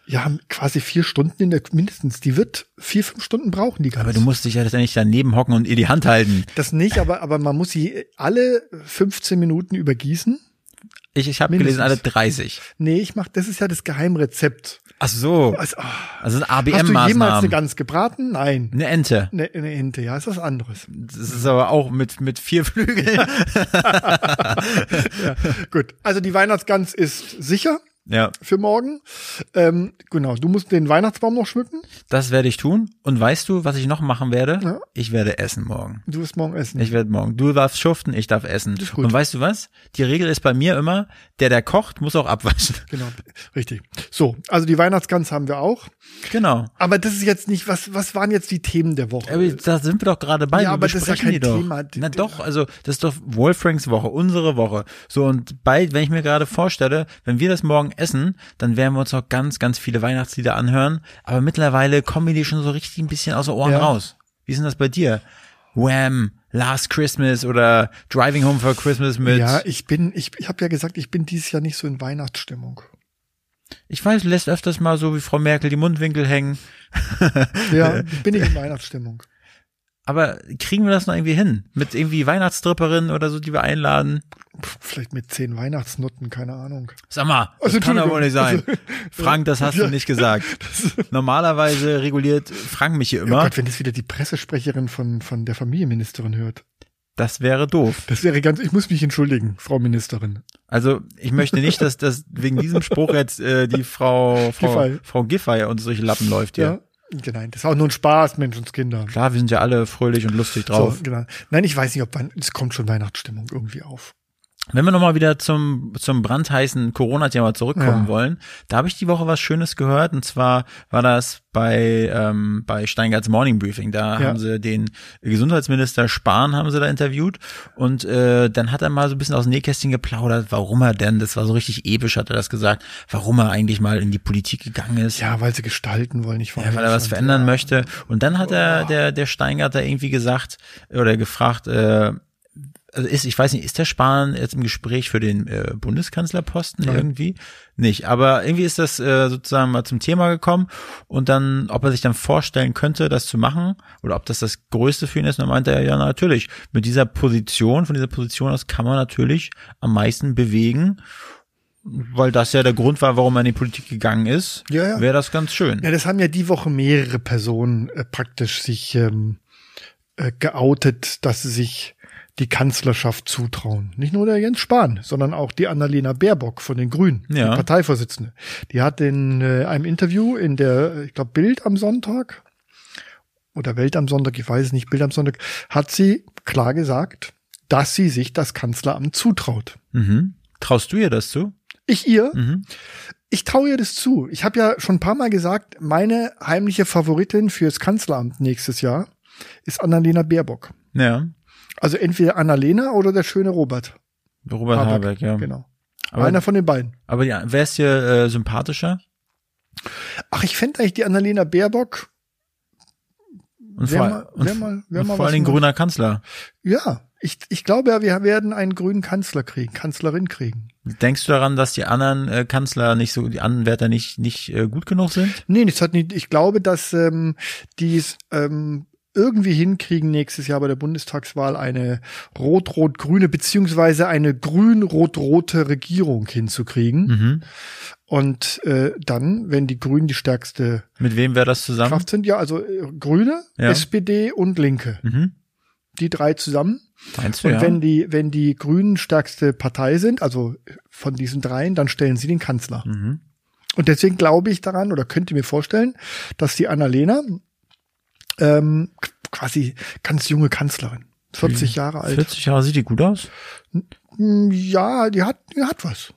[SPEAKER 2] ja quasi vier Stunden in der mindestens. Die wird vier fünf Stunden brauchen die ganze.
[SPEAKER 3] Aber du musst dich ja letztendlich daneben hocken und ihr die Hand halten.
[SPEAKER 2] das nicht, aber aber man muss sie äh, alle 15 Minuten übergießen.
[SPEAKER 3] Ich, ich habe
[SPEAKER 2] Mindestens.
[SPEAKER 3] gelesen, alle 30.
[SPEAKER 2] Nee, ich mach, das ist ja das Geheimrezept.
[SPEAKER 3] Ach so,
[SPEAKER 2] Also, ah,
[SPEAKER 3] also sind
[SPEAKER 2] hast du jemals eine
[SPEAKER 3] ABM-Maßnahmen.
[SPEAKER 2] Gans gebraten? Nein.
[SPEAKER 3] Eine Ente.
[SPEAKER 2] Eine, eine Ente, ja, ist was anderes.
[SPEAKER 3] Das ist aber auch mit, mit vier Flügeln.
[SPEAKER 2] Gut. Also die Weihnachtsgans ist sicher.
[SPEAKER 3] Ja.
[SPEAKER 2] für morgen. Ähm, genau, du musst den Weihnachtsbaum noch schmücken.
[SPEAKER 3] Das werde ich tun. Und weißt du, was ich noch machen werde?
[SPEAKER 2] Ja.
[SPEAKER 3] Ich werde essen morgen.
[SPEAKER 2] Du wirst morgen essen.
[SPEAKER 3] Ich werde morgen. Du darfst schuften, ich darf essen.
[SPEAKER 2] ist gut.
[SPEAKER 3] Und weißt du was? Die Regel ist bei mir immer, der, der kocht, muss auch abwaschen.
[SPEAKER 2] Genau, richtig. So, also die Weihnachtsgans haben wir auch.
[SPEAKER 3] Genau.
[SPEAKER 2] Aber das ist jetzt nicht, was, was waren jetzt die Themen der Woche?
[SPEAKER 3] Aber da sind wir doch gerade bei.
[SPEAKER 2] Ja,
[SPEAKER 3] wir
[SPEAKER 2] aber das ist ja
[SPEAKER 3] besprechen die
[SPEAKER 2] kein
[SPEAKER 3] doch.
[SPEAKER 2] Thema. Die-
[SPEAKER 3] Na doch, also das ist doch Wolfranks Woche, unsere Woche. So und bald, wenn ich mir gerade vorstelle, wenn wir das morgen essen, dann werden wir uns noch ganz, ganz viele Weihnachtslieder anhören. Aber mittlerweile kommen mir die schon so richtig ein bisschen aus den Ohren
[SPEAKER 2] Ja.
[SPEAKER 3] raus. Wie ist denn das bei dir? Wham, Last Christmas oder Driving Home for Christmas mit.
[SPEAKER 2] ja, ich bin, ich, ich habe ja gesagt, ich bin dieses Jahr nicht so in Weihnachtsstimmung.
[SPEAKER 3] Ich weiß, du lässt öfters mal so wie Frau Merkel die Mundwinkel hängen.
[SPEAKER 2] Ja, bin ich in Weihnachtsstimmung.
[SPEAKER 3] Aber kriegen wir das noch irgendwie hin? Mit irgendwie Weihnachtsstripperin oder so, die wir einladen?
[SPEAKER 2] Pff, Vielleicht mit zehn Weihnachtsnoten, keine Ahnung.
[SPEAKER 3] Sag mal, das
[SPEAKER 2] Also,
[SPEAKER 3] kann doch
[SPEAKER 2] Entschuldigung.
[SPEAKER 3] wohl nicht sein.
[SPEAKER 2] Also,
[SPEAKER 3] Frank, das hast
[SPEAKER 2] ja.
[SPEAKER 3] du nicht gesagt. Normalerweise reguliert Frank mich hier
[SPEAKER 2] Oh
[SPEAKER 3] immer.
[SPEAKER 2] Gott, wenn das wieder die Pressesprecherin von, von der Familienministerin hört.
[SPEAKER 3] das wäre doof.
[SPEAKER 2] Das wäre ganz, ich muss mich entschuldigen, Frau Ministerin.
[SPEAKER 3] Also ich möchte nicht, dass das wegen diesem Spruch jetzt äh, die Frau Frau
[SPEAKER 2] Giffey.
[SPEAKER 3] Frau Giffey uns durch die Lappen läuft hier.
[SPEAKER 2] Ja. Nein, das ist auch nur ein Spaß, Menschenskinder.
[SPEAKER 3] Klar, wir sind ja alle fröhlich und lustig drauf.
[SPEAKER 2] So, genau. Nein, ich weiß nicht, ob Weihn- es kommt schon Weihnachtsstimmung irgendwie auf.
[SPEAKER 3] Wenn wir nochmal wieder zum, zum brandheißen Corona-Thema zurückkommen
[SPEAKER 2] Ja.
[SPEAKER 3] wollen, da habe ich die Woche was Schönes gehört und zwar war das bei, ähm, bei Steingarts Morning Briefing. Da
[SPEAKER 2] Ja.
[SPEAKER 3] haben sie den Gesundheitsminister Spahn haben sie da interviewt und äh, dann hat er mal so ein bisschen aus dem Nähkästchen geplaudert, warum er denn, das war so richtig episch, hat er das gesagt, warum er eigentlich mal in die Politik gegangen ist.
[SPEAKER 2] Ja, weil sie gestalten wollen, nicht
[SPEAKER 3] Ja, weil er was verändern möchte. Und dann hat er, der, der Steingarter irgendwie gesagt oder gefragt, äh, also ist, ich weiß nicht, ist der Spahn jetzt im Gespräch für den äh, Bundeskanzlerposten irgendwie? Nicht, aber irgendwie ist das äh, sozusagen mal zum Thema gekommen und dann, ob er sich dann vorstellen könnte, das zu machen oder ob das das Größte für ihn ist. Und dann meinte er, ja, natürlich, mit dieser Position, von dieser Position aus kann man natürlich am meisten bewegen, weil das ja der Grund war, warum er in die Politik gegangen ist.
[SPEAKER 2] Ja, ja.
[SPEAKER 3] Wäre das ganz schön.
[SPEAKER 2] Ja, das haben ja die Woche mehrere Personen äh, praktisch sich ähm, äh, geoutet, dass sie sich die Kanzlerschaft zutrauen. Nicht nur der Jens Spahn, sondern auch die Annalena Baerbock von den Grünen,
[SPEAKER 3] Ja.
[SPEAKER 2] die Parteivorsitzende. Die hat in äh, einem Interview in der, äh, ich glaube, Bild am Sonntag oder Welt am Sonntag, ich weiß es nicht, Bild am Sonntag, hat sie klar gesagt, dass sie sich das Kanzleramt zutraut.
[SPEAKER 3] Mhm. Traust du ihr das zu?
[SPEAKER 2] Ich ihr,
[SPEAKER 3] Mhm.
[SPEAKER 2] ich traue ihr das zu. Ich habe ja schon ein paar Mal gesagt, meine heimliche Favoritin fürs Kanzleramt nächstes Jahr ist Annalena Baerbock.
[SPEAKER 3] Ja.
[SPEAKER 2] Also entweder Annalena oder der schöne Robert.
[SPEAKER 3] Robert
[SPEAKER 2] Habeck,
[SPEAKER 3] Habeck, ja.
[SPEAKER 2] Genau.
[SPEAKER 3] Aber-
[SPEAKER 2] Einer von den beiden.
[SPEAKER 3] Aber ja, wer ist dir äh, sympathischer?
[SPEAKER 2] Ach, ich fände eigentlich die Annalena Baerbock.
[SPEAKER 3] Und
[SPEAKER 2] Wer
[SPEAKER 3] vor,
[SPEAKER 2] mal-
[SPEAKER 3] und,
[SPEAKER 2] wer mal- wer
[SPEAKER 3] und
[SPEAKER 2] mal
[SPEAKER 3] vor
[SPEAKER 2] was
[SPEAKER 3] allen Dingen
[SPEAKER 2] macht.
[SPEAKER 3] grüner Kanzler.
[SPEAKER 2] Ja, ich, ich glaube ja, wir werden einen grünen Kanzler kriegen, Kanzlerin kriegen.
[SPEAKER 3] Denkst du daran, dass die anderen äh, Kanzler nicht so, die Anwärter nicht, nicht äh, gut genug sind?
[SPEAKER 2] Nee, das hat nicht, ich glaube, dass ähm, die es ähm, irgendwie hinkriegen, nächstes Jahr bei der Bundestagswahl eine rot-rot-grüne beziehungsweise eine grün-rot-rote Regierung hinzukriegen.
[SPEAKER 3] Mhm.
[SPEAKER 2] Und äh, dann, wenn die Grünen die stärkste
[SPEAKER 3] Mit wem wäre das zusammen?
[SPEAKER 2] Kraft sind, ja, also äh, Grüne,
[SPEAKER 3] Ja.
[SPEAKER 2] SPD und Linke,
[SPEAKER 3] Mhm.
[SPEAKER 2] die drei zusammen.
[SPEAKER 3] Meinst du,
[SPEAKER 2] Und
[SPEAKER 3] ja?
[SPEAKER 2] wenn die, wenn die Grünen stärkste Partei sind, also von diesen dreien, dann stellen sie den Kanzler.
[SPEAKER 3] mhm.
[SPEAKER 2] Und deswegen glaube ich daran oder könnte mir vorstellen, dass die Annalena ähm, k- quasi ganz junge Kanzlerin, 40 Jahre alt.
[SPEAKER 3] 40 Jahre sieht die gut aus?
[SPEAKER 2] Hm, Ja, die hat, die hat was.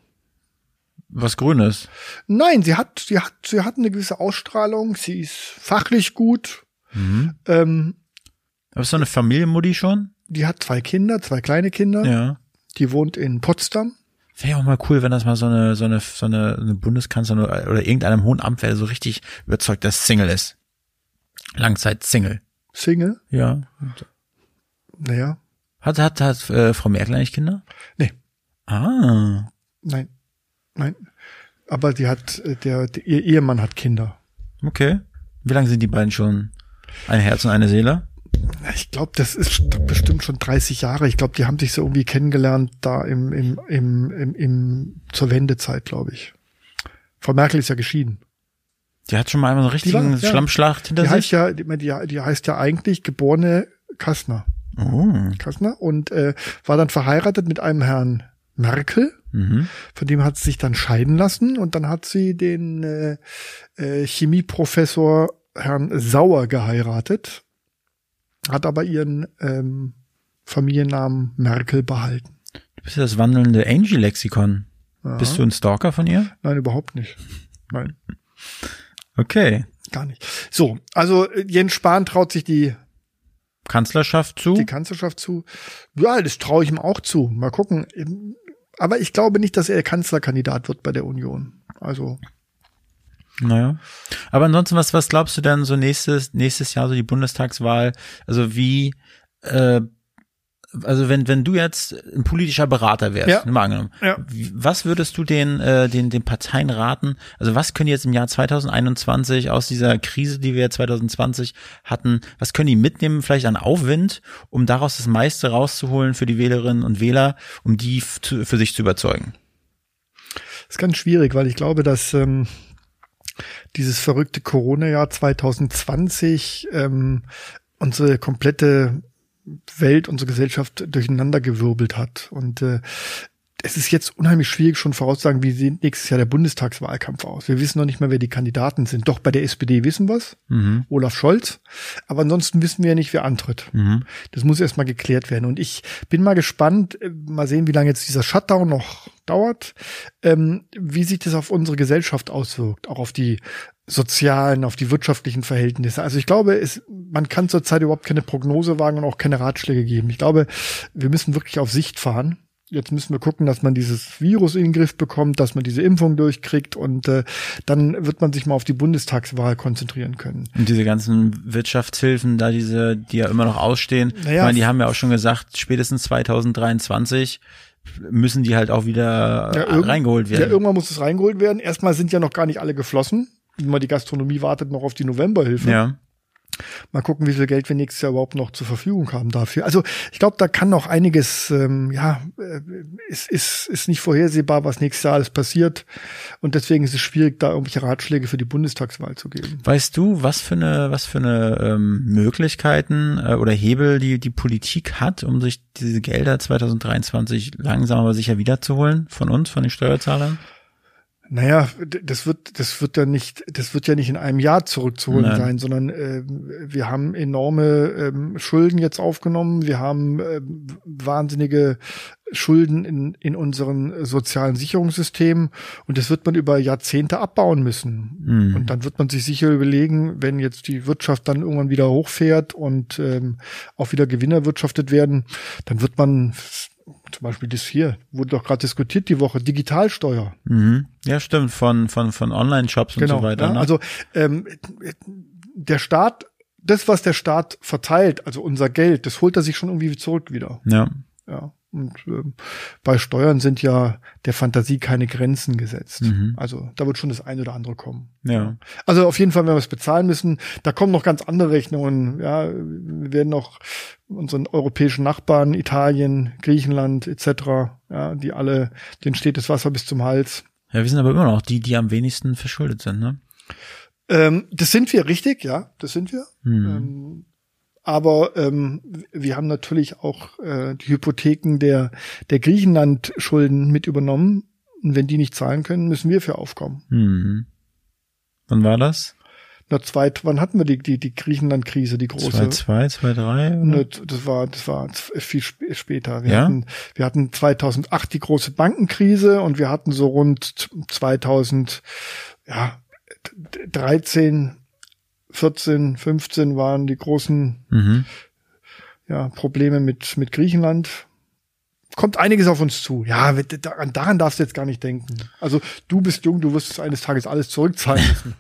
[SPEAKER 3] Was Grünes.
[SPEAKER 2] Nein, sie hat, sie hat, sie hat eine gewisse Ausstrahlung. Sie ist fachlich gut.
[SPEAKER 3] Mhm.
[SPEAKER 2] Ähm,
[SPEAKER 3] Aber ist so eine Familienmutti schon?
[SPEAKER 2] die hat zwei Kinder, zwei kleine Kinder.
[SPEAKER 3] Ja.
[SPEAKER 2] Die wohnt in Potsdam.
[SPEAKER 3] Wäre ja auch mal cool, wenn das mal so eine, so eine, so eine, eine Bundeskanzlerin oder, oder irgendeinem hohen Amt wäre, so richtig überzeugt, dass Single ist. Langzeit-Single.
[SPEAKER 2] Single.
[SPEAKER 3] Ja.
[SPEAKER 2] Naja,
[SPEAKER 3] Hat, hat, hat äh, Frau Merkel eigentlich Kinder?
[SPEAKER 2] Nee.
[SPEAKER 3] Ah.
[SPEAKER 2] nein, nein. Aber die hat, äh, der, der ihr Ehemann hat Kinder.
[SPEAKER 3] Okay. Wie lange sind die beiden schon ein Herz und eine Seele?
[SPEAKER 2] Na, Ich glaube, das ist st- bestimmt schon 30 Jahre. Ich glaube, die haben sich so irgendwie kennengelernt da im, im, im, im, im zur Wendezeit, glaube ich. Frau Merkel ist ja geschieden.
[SPEAKER 3] Die hat schon mal einmal so einen richtigen
[SPEAKER 2] war- ja.
[SPEAKER 3] Schlammschlacht hinter
[SPEAKER 2] Die heißt
[SPEAKER 3] sich.
[SPEAKER 2] ja, die, die, die heißt ja eigentlich geborene Kassner.
[SPEAKER 3] Oh.
[SPEAKER 2] Kassner und äh, war dann verheiratet mit einem Herrn Merkel
[SPEAKER 3] Mhm.
[SPEAKER 2] Von dem hat sie sich dann scheiden lassen und dann hat sie den äh, äh, Chemieprofessor Herrn Sauer geheiratet, hat aber ihren ähm, Familiennamen Merkel behalten.
[SPEAKER 3] Du bist ja das wandelnde Angie-Lexikon.
[SPEAKER 2] Ja.
[SPEAKER 3] Bist du ein Stalker von ihr?
[SPEAKER 2] Nein, überhaupt nicht. Nein,
[SPEAKER 3] Okay.
[SPEAKER 2] gar nicht. So, also äh, Jens Spahn traut sich die
[SPEAKER 3] Kanzlerschaft zu?
[SPEAKER 2] die Kanzlerschaft zu. Ja, das traue ich ihm auch zu. Mal gucken. Ähm, Aber ich glaube nicht, dass er Kanzlerkandidat wird bei der Union. Also
[SPEAKER 3] Naja. Aber ansonsten, was, was glaubst du denn so nächstes, nächstes Jahr, so die Bundestagswahl? Also wie, äh, also wenn, wenn du jetzt ein politischer Berater wärst,
[SPEAKER 2] Ja.
[SPEAKER 3] mal angenommen,
[SPEAKER 2] Ja.
[SPEAKER 3] wie- was würdest du den, äh, den, den Parteien raten? Also was können die jetzt im Jahr 2021 aus dieser Krise, die wir ja 2020 hatten, was können die mitnehmen vielleicht an Aufwind, um daraus das meiste rauszuholen für die Wählerinnen und Wähler, um die f- zu, für sich zu überzeugen?
[SPEAKER 2] ist ganz schwierig, weil ich glaube, dass ähm, dieses verrückte Corona-Jahr 2020 ähm, unsere komplette Welt, unsere Gesellschaft durcheinandergewirbelt hat. Und äh, es ist jetzt unheimlich schwierig, schon vorauszusagen, wie sieht nächstes Jahr der Bundestagswahlkampf aus. Wir wissen noch nicht mal, wer die Kandidaten sind. Doch bei der SPD wissen wir's.
[SPEAKER 3] Mhm.
[SPEAKER 2] Olaf Scholz. Aber ansonsten wissen wir ja nicht, wer antritt.
[SPEAKER 3] Mhm.
[SPEAKER 2] Das muss erstmal geklärt werden. Und ich bin mal gespannt, äh, mal sehen, wie lange jetzt dieser Shutdown noch dauert, ähm, wie sich das auf unsere Gesellschaft auswirkt, auch auf die sozialen, auf die wirtschaftlichen Verhältnisse. Also ich glaube, es, man kann zurzeit überhaupt keine Prognose wagen und auch keine Ratschläge geben. Ich glaube, wir müssen wirklich auf Sicht fahren. Jetzt müssen wir gucken, dass man dieses Virus in den Griff bekommt, dass man diese Impfung durchkriegt und äh, dann wird man sich mal auf die Bundestagswahl konzentrieren können.
[SPEAKER 3] Und diese ganzen Wirtschaftshilfen, da diese, die ja immer noch ausstehen,
[SPEAKER 2] Naja,
[SPEAKER 3] ich meine, die haben ja auch schon gesagt, spätestens 2023 müssen die halt auch wieder äh,
[SPEAKER 2] Ja, irgend-
[SPEAKER 3] reingeholt
[SPEAKER 2] Ja,
[SPEAKER 3] werden.
[SPEAKER 2] irgendwann muss es reingeholt werden. Erstmal sind ja noch gar nicht alle geflossen. Mal die Gastronomie wartet noch auf die Novemberhilfe.
[SPEAKER 3] Ja,
[SPEAKER 2] Mal gucken, wie viel Geld wir nächstes Jahr überhaupt noch zur Verfügung haben dafür. Also ich glaube, da kann noch einiges, ähm, ja, äh, ist, ist, ist nicht vorhersehbar, was nächstes Jahr alles passiert. Und deswegen ist es schwierig, da irgendwelche Ratschläge für die Bundestagswahl zu geben.
[SPEAKER 3] Weißt du, was für eine, was für eine ähm, Möglichkeiten äh, oder Hebel die die Politik hat, um sich diese Gelder 2023 langsam aber sicher wiederzuholen von uns, von den Steuerzahlern?
[SPEAKER 2] Naja, d- das wird, das wird ja nicht, das wird ja nicht in einem Jahr zurückzuholen
[SPEAKER 3] Nein.
[SPEAKER 2] sein, sondern ähm, wir haben enorme ähm, Schulden jetzt aufgenommen, wir haben ähm, wahnsinnige Schulden in, in unseren sozialen Sicherungssystemen und das wird man über Jahrzehnte abbauen müssen.
[SPEAKER 3] Mhm.
[SPEAKER 2] Und dann wird man sich sicher überlegen, wenn jetzt die Wirtschaft dann irgendwann wieder hochfährt und ähm, auch wieder Gewinne erwirtschaftet werden, dann wird man zum Beispiel das hier, wurde doch gerade diskutiert die Woche, Digitalsteuer.
[SPEAKER 3] Mhm. Ja, stimmt, von von von Online-Shops und so weiter.
[SPEAKER 2] Ja,
[SPEAKER 3] ne?
[SPEAKER 2] also ähm, der Staat, das, was der Staat verteilt, also unser Geld, das holt er sich schon irgendwie zurück wieder.
[SPEAKER 3] ja.
[SPEAKER 2] Ja. Und ähm, bei Steuern sind ja der Fantasie keine Grenzen gesetzt.
[SPEAKER 3] Mhm.
[SPEAKER 2] Also da wird schon das ein oder andere kommen.
[SPEAKER 3] ja.
[SPEAKER 2] Also auf jeden Fall, wenn wir es bezahlen müssen, da kommen noch ganz andere Rechnungen. Ja, wir werden noch unseren europäischen Nachbarn, Italien, Griechenland etc., ja, die alle, denen steht das Wasser bis zum Hals.
[SPEAKER 3] Ja, wir sind aber immer noch die, die am wenigsten verschuldet sind, ne?
[SPEAKER 2] Ähm, das sind wir, richtig, ja, das sind wir.
[SPEAKER 3] Mhm.
[SPEAKER 2] Ähm, aber ähm, wir haben natürlich auch äh, die Hypotheken der, der Griechenland-Schulden mit übernommen. Und wenn die nicht zahlen können, müssen wir für aufkommen.
[SPEAKER 3] Hm. Wann war das?
[SPEAKER 2] Na, zweit, wann hatten wir die, die, die Griechenland-Krise, die große?
[SPEAKER 3] 2-2, 2-3?
[SPEAKER 2] Ne,
[SPEAKER 3] oder?
[SPEAKER 2] das war, das war z- viel sp- später. Wir,
[SPEAKER 3] Ja?
[SPEAKER 2] hatten, wir hatten 2008 die große Bankenkrise und wir hatten so rund 2000, ja, 13, 14, 15 waren die großen
[SPEAKER 3] Mhm.
[SPEAKER 2] ja, Probleme mit, mit Griechenland. Kommt einiges auf uns zu. Ja, wir- daran, daran darfst du jetzt gar nicht denken. Also du bist jung, du wirst es eines Tages alles zurückzahlen müssen.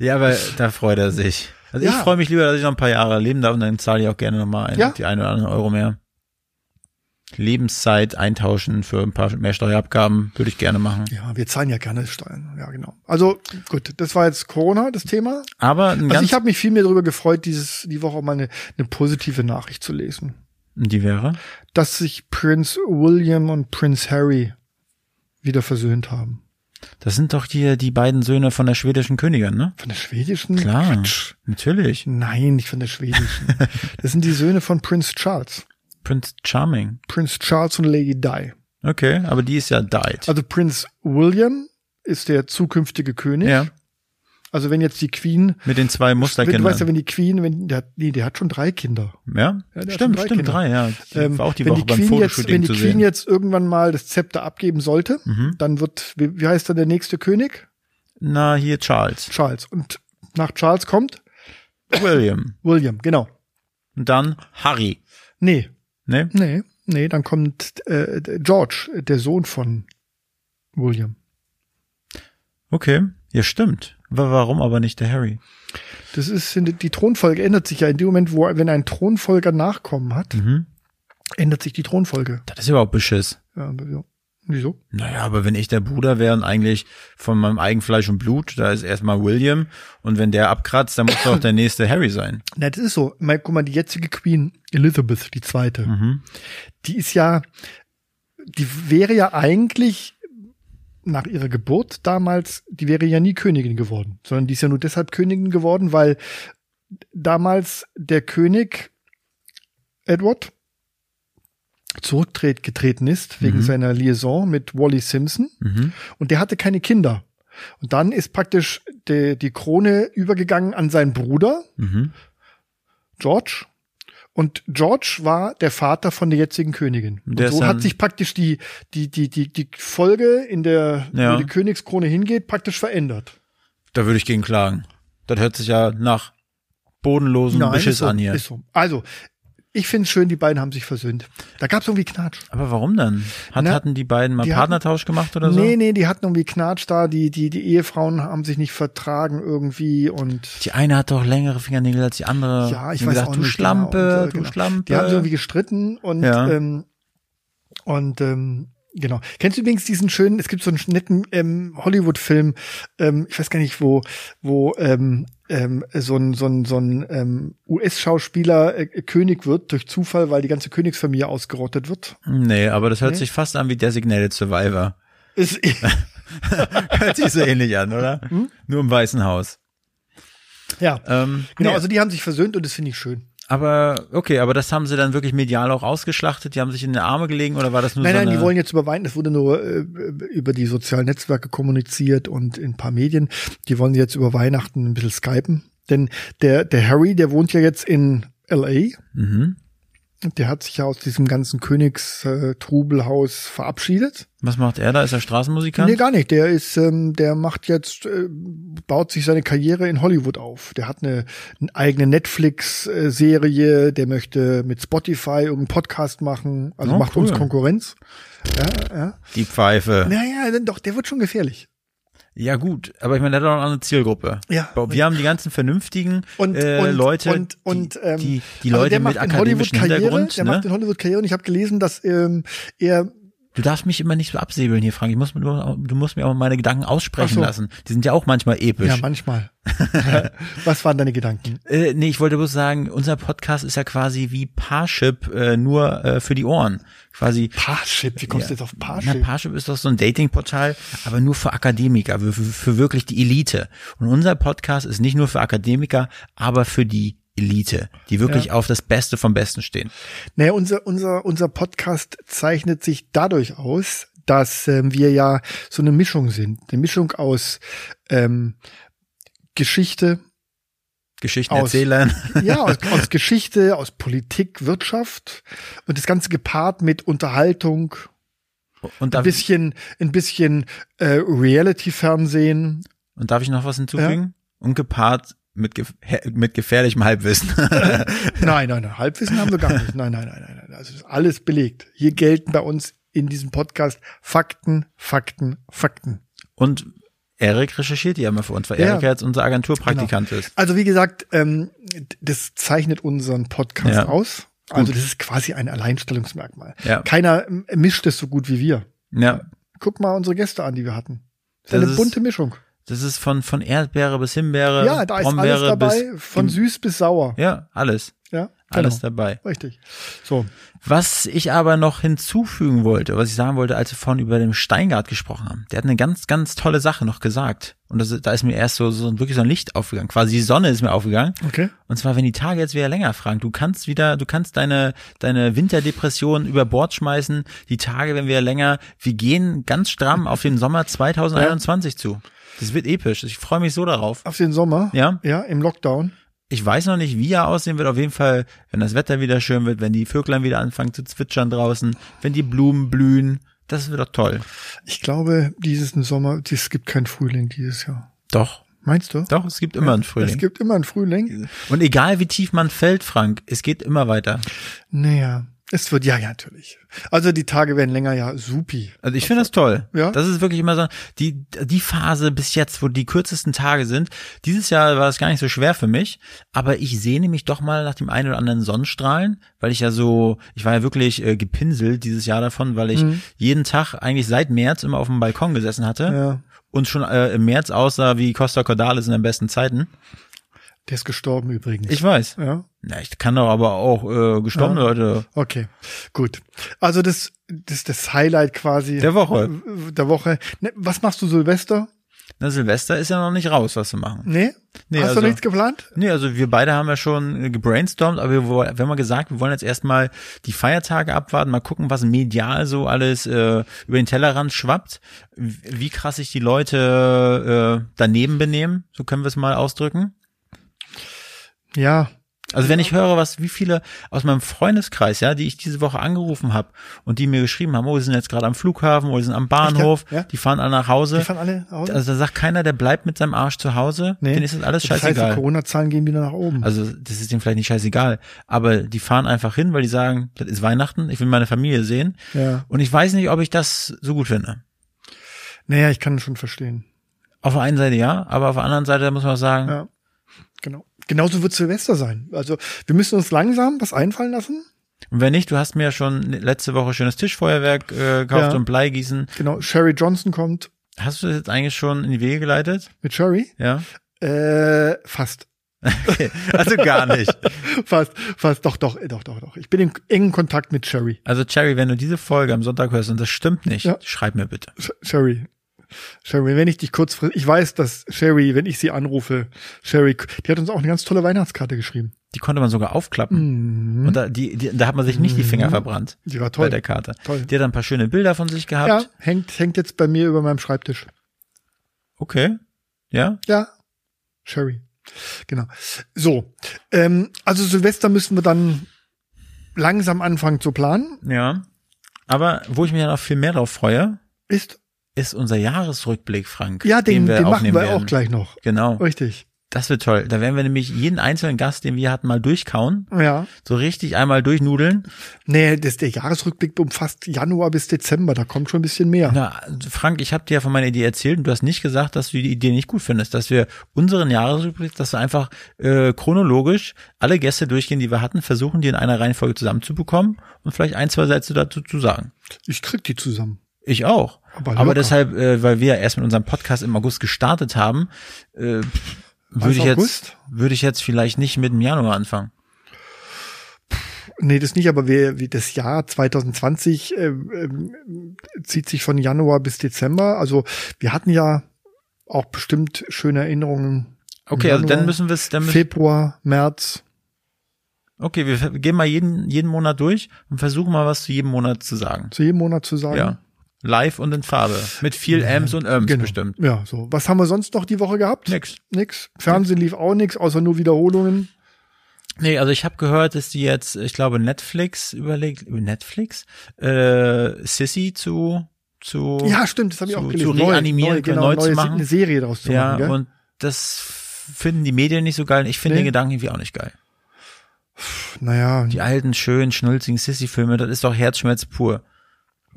[SPEAKER 3] Ja, aber da freut er sich. Also ich
[SPEAKER 2] Ja.
[SPEAKER 3] freue mich lieber, dass ich noch ein paar Jahre leben darf und dann zahle ich auch gerne nochmal ein,
[SPEAKER 2] Ja.
[SPEAKER 3] die ein oder anderen Euro mehr. Lebenszeit eintauschen für ein paar mehr Steuerabgaben würde ich gerne machen.
[SPEAKER 2] ja, wir zahlen ja gerne Steuern. Ja, genau. Also gut, das war jetzt Corona, das Thema.
[SPEAKER 3] Aber ein
[SPEAKER 2] Also
[SPEAKER 3] ganz,
[SPEAKER 2] ich habe mich viel mehr darüber gefreut, dieses, die Woche mal eine, eine positive Nachricht zu lesen.
[SPEAKER 3] die wäre?
[SPEAKER 2] Dass sich Prince William und Prince Harry wieder versöhnt haben.
[SPEAKER 3] Das sind doch die, die beiden Söhne von der schwedischen Königin, ne?
[SPEAKER 2] Von der schwedischen?
[SPEAKER 3] Klar.
[SPEAKER 2] Quatsch.
[SPEAKER 3] Natürlich.
[SPEAKER 2] Nein, nicht von der schwedischen. das sind die Söhne von Prince Charles.
[SPEAKER 3] Prince Charming.
[SPEAKER 2] Prince Charles und Lady Di.
[SPEAKER 3] Okay, aber die ist ja died.
[SPEAKER 2] Also Prinz William ist der zukünftige König.
[SPEAKER 3] ja,
[SPEAKER 2] Also wenn jetzt die Queen,
[SPEAKER 3] mit den zwei
[SPEAKER 2] wenn, du
[SPEAKER 3] Musterkindern.
[SPEAKER 2] weißt ja, wenn die Queen, wenn der, nee, der hat schon drei Kinder.
[SPEAKER 3] Ja,
[SPEAKER 2] Ja, der hat
[SPEAKER 3] stimmt,
[SPEAKER 2] schon drei
[SPEAKER 3] stimmt,
[SPEAKER 2] Kinder.
[SPEAKER 3] drei, ja. Die
[SPEAKER 2] Ähm,
[SPEAKER 3] war auch die
[SPEAKER 2] wenn die
[SPEAKER 3] Woche beim
[SPEAKER 2] Queen jetzt, wenn
[SPEAKER 3] Fotoshooting
[SPEAKER 2] die
[SPEAKER 3] zu
[SPEAKER 2] Queen
[SPEAKER 3] sehen.
[SPEAKER 2] jetzt irgendwann mal das Zepter abgeben sollte,
[SPEAKER 3] Mhm.
[SPEAKER 2] dann wird, wie, wie heißt dann der nächste König?
[SPEAKER 3] Na, hier Charles.
[SPEAKER 2] Charles. Und nach Charles kommt
[SPEAKER 3] William.
[SPEAKER 2] William, genau.
[SPEAKER 3] Und dann Harry.
[SPEAKER 2] Nee,
[SPEAKER 3] Ne?
[SPEAKER 2] nee, nee, dann kommt äh, George, der Sohn von William.
[SPEAKER 3] Okay. Ja, stimmt. Wa- Warum aber nicht der Harry?
[SPEAKER 2] Das ist, die Thronfolge ändert sich ja in dem Moment, wo, wenn ein Thronfolger Nachkommen hat,
[SPEAKER 3] Mhm.
[SPEAKER 2] ändert sich die Thronfolge.
[SPEAKER 3] Das ist überhaupt Beschiss.
[SPEAKER 2] Ja, aber ja. Wieso?
[SPEAKER 3] Naja, aber wenn ich der Bruder wäre und eigentlich von meinem Eigenfleisch und Blut, da ist erstmal William. Und wenn der abkratzt, dann muss doch der nächste Harry sein.
[SPEAKER 2] Na, das ist so. Mal, guck mal, die jetzige Queen Elizabeth, die zweite,
[SPEAKER 3] Mhm.
[SPEAKER 2] die ist ja, die wäre ja eigentlich nach ihrer Geburt damals, die wäre ja nie Königin geworden, sondern die ist ja nur deshalb Königin geworden, weil damals der König Edward zurückgetreten ist wegen
[SPEAKER 3] Mhm.
[SPEAKER 2] seiner Liaison mit Wally Simpson
[SPEAKER 3] Mhm.
[SPEAKER 2] und der hatte keine Kinder. Und dann ist praktisch die, die Krone übergegangen an seinen Bruder,
[SPEAKER 3] Mhm.
[SPEAKER 2] George. Und George war der Vater von der jetzigen Königin. Und
[SPEAKER 3] Der ist
[SPEAKER 2] so
[SPEAKER 3] dann-
[SPEAKER 2] hat sich praktisch die, die, die, die, die Folge, in der
[SPEAKER 3] Ja.
[SPEAKER 2] wo die Königskrone hingeht, praktisch verändert.
[SPEAKER 3] Da würde ich gegen klagen. Das hört sich ja nach bodenlosen
[SPEAKER 2] ist
[SPEAKER 3] Beschiss
[SPEAKER 2] so,
[SPEAKER 3] an hier.
[SPEAKER 2] Ist so. Also, ich finde es schön, die beiden haben sich versöhnt. Da gab es irgendwie Knatsch.
[SPEAKER 3] Aber warum dann? Hat,
[SPEAKER 2] Na,
[SPEAKER 3] hatten die beiden mal
[SPEAKER 2] die hatten-
[SPEAKER 3] Partnertausch gemacht oder so?
[SPEAKER 2] Nee, nee, die hatten irgendwie Knatsch da, die, die, die Ehefrauen haben sich nicht vertragen irgendwie und.
[SPEAKER 3] Die eine hat doch längere Fingernägel als die andere.
[SPEAKER 2] Ja, ich
[SPEAKER 3] Die haben
[SPEAKER 2] weiß
[SPEAKER 3] gesagt,
[SPEAKER 2] auch
[SPEAKER 3] du
[SPEAKER 2] nicht
[SPEAKER 3] Schlampe,
[SPEAKER 2] genau. Und, äh,
[SPEAKER 3] du
[SPEAKER 2] genau.
[SPEAKER 3] Schlampe.
[SPEAKER 2] Die haben so irgendwie gestritten und
[SPEAKER 3] Ja.
[SPEAKER 2] ähm, und ähm, genau. Kennst du übrigens diesen schönen? Es gibt so einen netten ähm, Hollywood-Film. Ähm, ich weiß gar nicht wo wo ähm, ähm, so ein so ein so ein ähm, US-Schauspieler äh, König wird durch Zufall, weil die ganze Königsfamilie ausgerottet wird.
[SPEAKER 3] nee, aber das hört
[SPEAKER 2] Nee?
[SPEAKER 3] sich fast an wie Designated Survivor.
[SPEAKER 2] Ist,
[SPEAKER 3] hört sich so ähnlich an, oder?
[SPEAKER 2] Hm?
[SPEAKER 3] Nur im Weißen Haus.
[SPEAKER 2] ja,
[SPEAKER 3] Ähm,
[SPEAKER 2] genau.
[SPEAKER 3] nee,
[SPEAKER 2] Also die haben sich versöhnt und das finde ich schön.
[SPEAKER 3] aber okay, aber das haben sie dann wirklich medial auch ausgeschlachtet. Die haben sich in die Arme gelegen oder war das nur
[SPEAKER 2] Nein,
[SPEAKER 3] so
[SPEAKER 2] nein,
[SPEAKER 3] eine,
[SPEAKER 2] die wollen jetzt über Weihnachten, das wurde nur äh, über die sozialen Netzwerke kommuniziert und in ein paar Medien. Die wollen jetzt über Weihnachten ein bisschen skypen. Denn der, der Harry, der wohnt ja jetzt in L.A.
[SPEAKER 3] Mhm.
[SPEAKER 2] Und Der hat sich ja aus diesem ganzen Königstrubelhaus verabschiedet.
[SPEAKER 3] Was macht er da? Ist er Straßenmusikant?
[SPEAKER 2] Nee, gar nicht. Der ist, ähm, der macht jetzt, äh, baut sich seine Karriere in Hollywood auf. Der hat eine, eine eigene Netflix-Serie, der möchte mit Spotify irgendeinen Podcast machen, also
[SPEAKER 3] Oh,
[SPEAKER 2] macht uns
[SPEAKER 3] cool.
[SPEAKER 2] Konkurrenz. Ja, ja.
[SPEAKER 3] die Pfeife.
[SPEAKER 2] Naja, dann doch, der wird schon gefährlich.
[SPEAKER 3] Ja gut, aber ich meine, der hat doch eine andere Zielgruppe.
[SPEAKER 2] Ja.
[SPEAKER 3] Aber Wir haben die ganzen vernünftigen
[SPEAKER 2] Und,
[SPEAKER 3] äh,
[SPEAKER 2] und,
[SPEAKER 3] Leute,
[SPEAKER 2] und, und,
[SPEAKER 3] die,
[SPEAKER 2] ähm,
[SPEAKER 3] die, die
[SPEAKER 2] also
[SPEAKER 3] Leute
[SPEAKER 2] der macht
[SPEAKER 3] mit
[SPEAKER 2] in Hollywood
[SPEAKER 3] akademischem
[SPEAKER 2] Karriere,
[SPEAKER 3] Hintergrund.
[SPEAKER 2] Der
[SPEAKER 3] ne?
[SPEAKER 2] macht in Hollywood Karriere und ich habe gelesen, dass ähm, er
[SPEAKER 3] Du darfst mich immer nicht so absäbeln hier, Frank. Ich muss, mir nur- du musst mir auch meine Gedanken
[SPEAKER 2] Ach
[SPEAKER 3] aussprechen
[SPEAKER 2] so.
[SPEAKER 3] lassen. Die sind ja auch manchmal episch.
[SPEAKER 2] ja manchmal. Was waren deine Gedanken?
[SPEAKER 3] äh, nee, ich wollte bloß sagen, unser Podcast ist ja quasi wie Parship, äh, nur äh, für die Ohren. Quasi.
[SPEAKER 2] Parship, wie kommst du jetzt auf
[SPEAKER 3] Na,
[SPEAKER 2] Parship?
[SPEAKER 3] Parship ist doch so ein Datingportal, aber nur für Akademiker, für, für, für wirklich die Elite. Und unser Podcast ist nicht nur für Akademiker, aber für die Elite, die wirklich auf das Beste vom Besten stehen.
[SPEAKER 2] Naja, unser, unser, unser Podcast zeichnet sich dadurch aus, dass ähm, wir ja so eine Mischung sind. Eine Mischung aus ähm, Geschichte,
[SPEAKER 3] Geschichten
[SPEAKER 2] Aus.
[SPEAKER 3] erzählen.
[SPEAKER 2] ja, aus, aus Geschichte, aus Politik, Wirtschaft und das Ganze gepaart mit Unterhaltung,
[SPEAKER 3] Und
[SPEAKER 2] ein
[SPEAKER 3] darf,
[SPEAKER 2] bisschen, ein bisschen äh, Reality-Fernsehen.
[SPEAKER 3] und darf ich noch was hinzufügen? Und gepaart mit, gef mit gefährlichem Halbwissen.
[SPEAKER 2] Nein, nein, nein, Halbwissen haben wir gar nicht. Nein, nein, nein, nein, nein. Also ist alles belegt. Hier gelten bei uns in diesem Podcast Fakten, Fakten, Fakten.
[SPEAKER 3] Und Erik recherchiert die ja mal für uns, weil
[SPEAKER 2] Ja.
[SPEAKER 3] Erik ja jetzt unser Agenturpraktikant ist.
[SPEAKER 2] Also wie gesagt, ähm, d- das zeichnet unseren Podcast
[SPEAKER 3] Ja.
[SPEAKER 2] aus. Also das ist quasi ein Alleinstellungsmerkmal.
[SPEAKER 3] Ja.
[SPEAKER 2] Keiner ähm, mischt es so gut wie wir.
[SPEAKER 3] Ja,
[SPEAKER 2] Guck mal unsere Gäste an, die wir hatten. Das ist
[SPEAKER 3] Das
[SPEAKER 2] eine
[SPEAKER 3] ist-
[SPEAKER 2] bunte Mischung.
[SPEAKER 3] das ist von, von Erdbeere bis Himbeere,
[SPEAKER 2] Ja, da ist alles
[SPEAKER 3] Brombeere
[SPEAKER 2] dabei,
[SPEAKER 3] bis
[SPEAKER 2] von süß bis sauer.
[SPEAKER 3] ja, alles.
[SPEAKER 2] Ja.
[SPEAKER 3] Alles
[SPEAKER 2] Genau.
[SPEAKER 3] dabei.
[SPEAKER 2] Richtig. So,
[SPEAKER 3] Was ich aber noch hinzufügen wollte, was ich sagen wollte, als wir vorhin über den Steingart gesprochen haben, der hat eine ganz, ganz tolle Sache noch gesagt. Und das, da ist mir erst so, so wirklich so ein Licht aufgegangen. Quasi die Sonne ist mir aufgegangen.
[SPEAKER 2] okay.
[SPEAKER 3] Und zwar, wenn die Tage jetzt wieder länger fragen, du kannst wieder, du kannst deine, deine Winterdepression über Bord schmeißen, die Tage werden wieder länger. Wir gehen ganz stramm auf den Sommer 2021 zu. Das wird episch. Ich freue mich so darauf.
[SPEAKER 2] Auf den Sommer.
[SPEAKER 3] Ja.
[SPEAKER 2] Ja, im Lockdown.
[SPEAKER 3] Ich weiß noch nicht, wie er aussehen wird. Auf jeden Fall, wenn das Wetter wieder schön wird, wenn die Vöglein wieder anfangen zu zwitschern draußen, wenn die Blumen blühen. Das wird doch toll.
[SPEAKER 2] Ich glaube, dieses Sommer, es gibt keinen Frühling dieses Jahr.
[SPEAKER 3] Doch.
[SPEAKER 2] Meinst du?
[SPEAKER 3] Doch, es gibt immer einen
[SPEAKER 2] Es
[SPEAKER 3] Frühling.
[SPEAKER 2] gibt immer einen Frühling.
[SPEAKER 3] Und egal wie tief man fällt, Frank, es geht immer weiter.
[SPEAKER 2] Naja, es wird, ja, ja, natürlich. Also die Tage werden länger, ja, supi.
[SPEAKER 3] Also ich finde das toll.
[SPEAKER 2] Ja.
[SPEAKER 3] Das ist wirklich immer so die die Phase bis jetzt, wo die kürzesten Tage sind. Dieses Jahr war es gar nicht so schwer für mich, aber ich sehne mich doch mal nach dem einen oder anderen Sonnenstrahlen, weil ich ja so, ich war ja wirklich äh, gepinselt dieses Jahr davon, weil ich
[SPEAKER 2] Mhm.
[SPEAKER 3] jeden Tag eigentlich seit März immer auf dem Balkon gesessen hatte
[SPEAKER 2] Ja.
[SPEAKER 3] und schon äh, im März aussah wie Costa Cordalis in den besten Zeiten.
[SPEAKER 2] Der ist gestorben übrigens.
[SPEAKER 3] Ich weiß.
[SPEAKER 2] ja.
[SPEAKER 3] Na, ich kann doch aber auch äh, gestorbene Leute
[SPEAKER 2] Okay, gut. Also das, das, das Highlight quasi
[SPEAKER 3] der Woche.
[SPEAKER 2] der Woche. Ne, was machst du Silvester?
[SPEAKER 3] Na, Silvester ist ja noch nicht raus, was zu machen.
[SPEAKER 2] Nee?
[SPEAKER 3] Nee,
[SPEAKER 2] Hast
[SPEAKER 3] also-
[SPEAKER 2] du nichts geplant?
[SPEAKER 3] Nee, also wir beide haben ja schon äh, gebrainstormt, aber wir, wo- wir haben ja gesagt, wir wollen jetzt erstmal die Feiertage abwarten, mal gucken, was medial so alles äh, über den Tellerrand schwappt, w- wie krass sich die Leute äh, daneben benehmen, so können wir es mal ausdrücken.
[SPEAKER 2] Ja.
[SPEAKER 3] Also wenn ich höre, was wie viele aus meinem Freundeskreis, ja, die ich diese Woche angerufen habe und die mir geschrieben haben, oh, die sind jetzt gerade am Flughafen oder die sind am Bahnhof,
[SPEAKER 2] Ja, ja.
[SPEAKER 3] die fahren alle nach Hause.
[SPEAKER 2] Die fahren alle nach Hause?
[SPEAKER 3] also da sagt keiner, der bleibt mit seinem Arsch zu Hause, nee. denen ist das alles scheißegal.
[SPEAKER 2] Das heißt, die Corona-Zahlen gehen wieder nach oben.
[SPEAKER 3] Also das ist denen vielleicht nicht scheißegal, aber die fahren einfach hin, weil die sagen, das ist Weihnachten, ich will meine Familie sehen.
[SPEAKER 2] Ja.
[SPEAKER 3] Und ich weiß nicht, ob ich das so gut finde.
[SPEAKER 2] naja, ich kann schon verstehen.
[SPEAKER 3] Auf der einen Seite ja, aber auf der anderen Seite muss man auch sagen,
[SPEAKER 2] Ja. Genau. Genauso wird Silvester sein. Also wir müssen uns langsam was einfallen lassen.
[SPEAKER 3] und wenn nicht, du hast mir ja schon letzte Woche schönes Tischfeuerwerk äh, gekauft
[SPEAKER 2] Ja.
[SPEAKER 3] und Bleigießen.
[SPEAKER 2] Genau, Sherry Johnson kommt
[SPEAKER 3] Hast du das jetzt eigentlich schon in die Wege geleitet?
[SPEAKER 2] mit Sherry.
[SPEAKER 3] Ja.
[SPEAKER 2] Äh, fast.
[SPEAKER 3] Okay. Also gar nicht.
[SPEAKER 2] Fast, fast, doch, äh, doch, doch, doch, doch. Ich bin in engen Kontakt mit Sherry.
[SPEAKER 3] Also Cherry, wenn du diese Folge am Sonntag hörst und das stimmt nicht,
[SPEAKER 2] Ja.
[SPEAKER 3] schreib mir bitte.
[SPEAKER 2] Sh- Sherry. Sherry, wenn ich dich kurz, ich weiß, dass Sherry, wenn ich sie anrufe, Sherry, die hat uns auch eine ganz tolle Weihnachtskarte geschrieben.
[SPEAKER 3] Die konnte man sogar
[SPEAKER 2] Mhm.
[SPEAKER 3] aufklappen. Und da, die, die, da hat man sich nicht die Finger verbrannt.
[SPEAKER 2] Die war
[SPEAKER 3] Bei
[SPEAKER 2] Mhm. toll.
[SPEAKER 3] der Karte.
[SPEAKER 2] Toll.
[SPEAKER 3] Die hat dann ein paar schöne Bilder von sich gehabt.
[SPEAKER 2] Ja, hängt, hängt jetzt bei mir über meinem Schreibtisch.
[SPEAKER 3] Okay. Ja.
[SPEAKER 2] Ja, Sherry. Genau. So, ähm, also Silvester müssen wir dann langsam anfangen zu planen.
[SPEAKER 3] Ja. Aber wo ich mich ja noch viel mehr drauf freue,
[SPEAKER 2] Ist,
[SPEAKER 3] ist unser Jahresrückblick, Frank.
[SPEAKER 2] ja, den, den, machen
[SPEAKER 3] aufnehmen
[SPEAKER 2] wir
[SPEAKER 3] werden.
[SPEAKER 2] auch gleich noch.
[SPEAKER 3] Genau.
[SPEAKER 2] Richtig.
[SPEAKER 3] Das wird toll. Da werden wir nämlich jeden einzelnen Gast, den wir hatten, mal durchkauen.
[SPEAKER 2] Ja.
[SPEAKER 3] So richtig einmal durchnudeln.
[SPEAKER 2] Nee, das, der Jahresrückblick umfasst Januar bis Dezember, da kommt schon ein bisschen mehr.
[SPEAKER 3] Na, Frank, ich habe dir ja von meiner Idee erzählt und du hast nicht gesagt, dass du die Idee nicht gut findest, dass wir unseren Jahresrückblick, dass wir einfach äh, chronologisch alle Gäste durchgehen, die wir hatten, versuchen, die in einer Reihenfolge zusammenzubekommen und vielleicht ein, zwei Sätze dazu zu sagen.
[SPEAKER 2] Ich krieg die zusammen.
[SPEAKER 3] Ich auch.
[SPEAKER 2] Aber
[SPEAKER 3] Aber,
[SPEAKER 2] locker.
[SPEAKER 3] deshalb, äh, weil wir ja erst mit unserem Podcast im August gestartet haben, äh, würde ich jetzt
[SPEAKER 2] August?
[SPEAKER 3] würde ich jetzt vielleicht nicht mit dem Januar anfangen.
[SPEAKER 2] Nee, das nicht, aber wir, wie das Jahr 2020 äh, ähm, zieht sich von Januar bis Dezember. Also wir hatten ja auch bestimmt schöne Erinnerungen. im
[SPEAKER 3] Okay, also dann
[SPEAKER 2] Januar,
[SPEAKER 3] müssen wir es, dann müssen,
[SPEAKER 2] Februar, März.
[SPEAKER 3] okay, wir f- gehen mal jeden jeden Monat durch und versuchen mal was zu jedem Monat zu sagen.
[SPEAKER 2] zu jedem Monat zu sagen.
[SPEAKER 3] Ja, live und in Farbe mit viel Ms und Öms
[SPEAKER 2] genau.
[SPEAKER 3] bestimmt.
[SPEAKER 2] Ja, so. Was haben wir sonst noch die Woche gehabt?
[SPEAKER 3] Nix.
[SPEAKER 2] Nix. Fernsehen lief auch nix, außer nur Wiederholungen.
[SPEAKER 3] Nee, also ich habe gehört, dass die jetzt, ich glaube Netflix überlegt, über Netflix äh, Sissy zu zu
[SPEAKER 2] Ja, stimmt, das habe ich
[SPEAKER 3] Zu-
[SPEAKER 2] auch
[SPEAKER 3] zu
[SPEAKER 2] gelesen.
[SPEAKER 3] reanimieren, genau, neu zu
[SPEAKER 2] neue Se-
[SPEAKER 3] machen.
[SPEAKER 2] eine Serie daraus zu
[SPEAKER 3] ja
[SPEAKER 2] machen. Gell?
[SPEAKER 3] und das finden die Medien nicht so geil. Ich finde
[SPEAKER 2] Nee.
[SPEAKER 3] den Gedanken irgendwie auch nicht geil.
[SPEAKER 2] naja,
[SPEAKER 3] Die alten, schönen, schnulzigen Sissy-Filme, das ist doch Herzschmerz pur.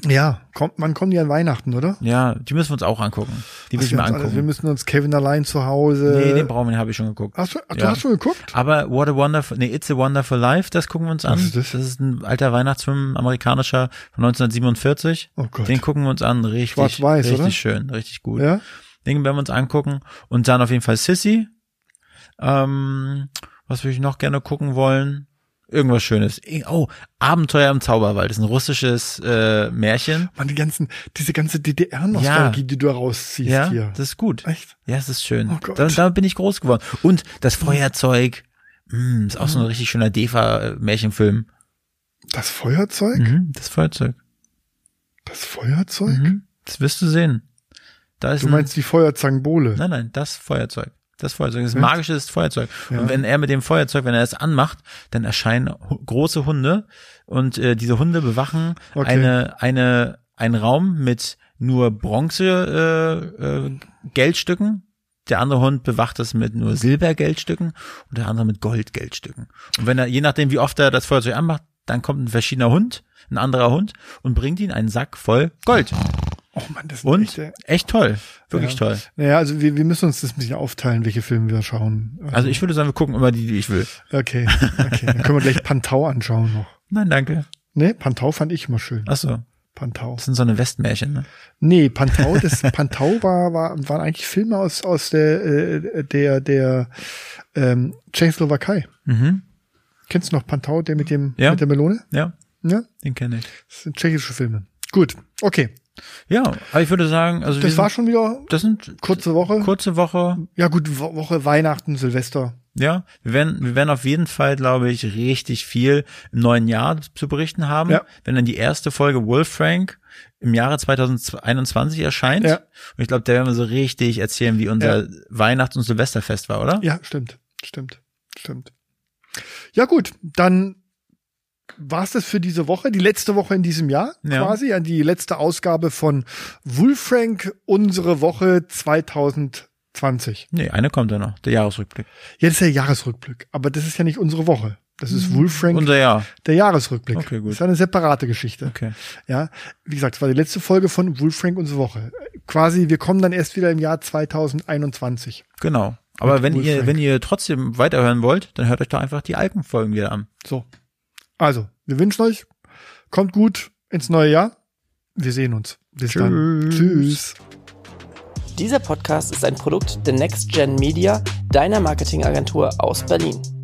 [SPEAKER 2] ja, kommt, wann kommen die an Weihnachten, oder?
[SPEAKER 3] Ja, die müssen wir uns auch angucken. Die will
[SPEAKER 2] Was
[SPEAKER 3] ich mir
[SPEAKER 2] wir uns alle- wir
[SPEAKER 3] angucken.
[SPEAKER 2] müssen uns Kevin allein zu Hause.
[SPEAKER 3] nee, den brauchen wir, den habe ich schon geguckt.
[SPEAKER 2] hast du, ach, du
[SPEAKER 3] Ja.
[SPEAKER 2] hast schon geguckt?
[SPEAKER 3] Aber What a Wonderful, nee, It's a Wonderful Life, das gucken wir uns an.
[SPEAKER 2] Was ist das?
[SPEAKER 3] ist ein alter Weihnachtsfilm, amerikanischer von 1947.
[SPEAKER 2] Oh Gott.
[SPEAKER 3] Den gucken wir uns an, richtig,
[SPEAKER 2] Schwarz-weiß,
[SPEAKER 3] richtig
[SPEAKER 2] oder?
[SPEAKER 3] schön, richtig gut.
[SPEAKER 2] Ja?
[SPEAKER 3] Den werden wir uns angucken und dann auf jeden Fall Sissy. Ähm, was würde ich noch gerne gucken wollen? Irgendwas Schönes. Oh, Abenteuer im Zauberwald. Das ist ein russisches äh, Märchen.
[SPEAKER 2] Man, die ganzen, diese ganze DDR-Nostalgie, die du da rausziehst
[SPEAKER 3] Ja,
[SPEAKER 2] hier.
[SPEAKER 3] das ist gut.
[SPEAKER 2] Echt?
[SPEAKER 3] Ja, es ist schön.
[SPEAKER 2] Oh Gott.
[SPEAKER 3] da, damit bin ich groß geworden. Und das Feuerzeug. Mm, ist auch
[SPEAKER 2] Mhm.
[SPEAKER 3] so ein richtig schöner DEFA-Märchenfilm.
[SPEAKER 2] Das Feuerzeug?
[SPEAKER 3] Mhm, das Feuerzeug.
[SPEAKER 2] Das Feuerzeug?
[SPEAKER 3] Mhm, das wirst du sehen. Da ist
[SPEAKER 2] Du
[SPEAKER 3] ein-
[SPEAKER 2] meinst die Feuerzangenbowle?
[SPEAKER 3] Nein, nein, das Feuerzeug. Das Feuerzeug, das
[SPEAKER 2] Echt?
[SPEAKER 3] magische ist Feuerzeug.
[SPEAKER 2] Ja.
[SPEAKER 3] Und wenn er mit dem Feuerzeug, wenn er es anmacht, dann erscheinen hu- große Hunde und äh, diese Hunde bewachen
[SPEAKER 2] Okay.
[SPEAKER 3] eine, eine, einen Raum mit nur Bronze äh, äh, Geldstücken. Der andere Hund bewacht es mit nur Silbergeldstücken und der andere mit Goldgeldstücken. Und wenn er, je nachdem, wie oft er das Feuerzeug anmacht, dann kommt ein verschiedener Hund, ein anderer Hund und bringt ihn einen Sack voll Gold.
[SPEAKER 2] Oh Mann, das ist
[SPEAKER 3] Und
[SPEAKER 2] echt, äh,
[SPEAKER 3] echt toll. Wirklich
[SPEAKER 2] Ja.
[SPEAKER 3] toll.
[SPEAKER 2] Naja, also wir, wir müssen uns das ein bisschen aufteilen, welche Filme wir schauen.
[SPEAKER 3] Also ich würde sagen, wir gucken immer die, die ich will.
[SPEAKER 2] Okay, okay. Dann können wir gleich Pantau anschauen noch.
[SPEAKER 3] Nein, danke.
[SPEAKER 2] Nee, Pantau fand ich immer schön.
[SPEAKER 3] Achso,
[SPEAKER 2] Pantau.
[SPEAKER 3] das sind so eine Westmärchen, ne?
[SPEAKER 2] Nee, Pantau, das Pantau war, war, waren eigentlich Filme aus, aus der, äh, der, der ähm, Tschechoslowakei.
[SPEAKER 3] Mhm.
[SPEAKER 2] Kennst du noch Pantau, der mit dem
[SPEAKER 3] Ja.
[SPEAKER 2] mit der Melone?
[SPEAKER 3] Ja,
[SPEAKER 2] Ja,
[SPEAKER 3] den kenne ich.
[SPEAKER 2] das sind tschechische Filme. Gut, okay.
[SPEAKER 3] Ja, aber ich würde sagen, also wir
[SPEAKER 2] Das
[SPEAKER 3] sind,
[SPEAKER 2] war schon wieder
[SPEAKER 3] das sind
[SPEAKER 2] kurze Woche.
[SPEAKER 3] kurze Woche.
[SPEAKER 2] ja gut, Wo- Woche Weihnachten, Silvester.
[SPEAKER 3] Ja, wir werden, wir werden auf jeden Fall, glaube ich, richtig viel im neuen Jahr zu berichten haben.
[SPEAKER 2] Ja.
[SPEAKER 3] Wenn dann die erste Folge Wolf Frank im Jahre 2021 erscheint.
[SPEAKER 2] Ja.
[SPEAKER 3] Und ich glaube, da werden wir so richtig erzählen, wie unser Weihnachts- und Silvesterfest war, oder?
[SPEAKER 2] Ja, stimmt, stimmt, stimmt. Ja gut, dann war's das für diese Woche, die letzte Woche in diesem Jahr
[SPEAKER 3] Ja.
[SPEAKER 2] quasi, an die letzte Ausgabe von Wolfrank, unsere Woche 2020.
[SPEAKER 3] Nee, eine kommt ja noch, der Jahresrückblick.
[SPEAKER 2] Jetzt ist der Jahresrückblick, aber das ist ja nicht unsere Woche. Das ist Wolfrank,
[SPEAKER 3] Unser Jahr.
[SPEAKER 2] der Jahresrückblick.
[SPEAKER 3] Mhm. Okay, gut.
[SPEAKER 2] Das ist eine separate Geschichte.
[SPEAKER 3] Okay.
[SPEAKER 2] Ja, wie gesagt, es war die letzte Folge von Wolfrank unsere Woche. Quasi, wir kommen dann erst wieder im Jahr 2021.
[SPEAKER 3] Genau. Aber
[SPEAKER 2] Mit
[SPEAKER 3] wenn ihr,
[SPEAKER 2] Wolfgang.
[SPEAKER 3] wenn ihr trotzdem weiterhören wollt, dann hört euch doch einfach die Alpenfolgen wieder an.
[SPEAKER 2] So. Also, wir wünschen euch, kommt gut ins neue Jahr. Wir sehen uns. Bis dann. Tschüss.
[SPEAKER 3] Tschüss.
[SPEAKER 4] Dieser Podcast ist ein Produkt der Next Gen Media, deiner Marketingagentur aus Berlin.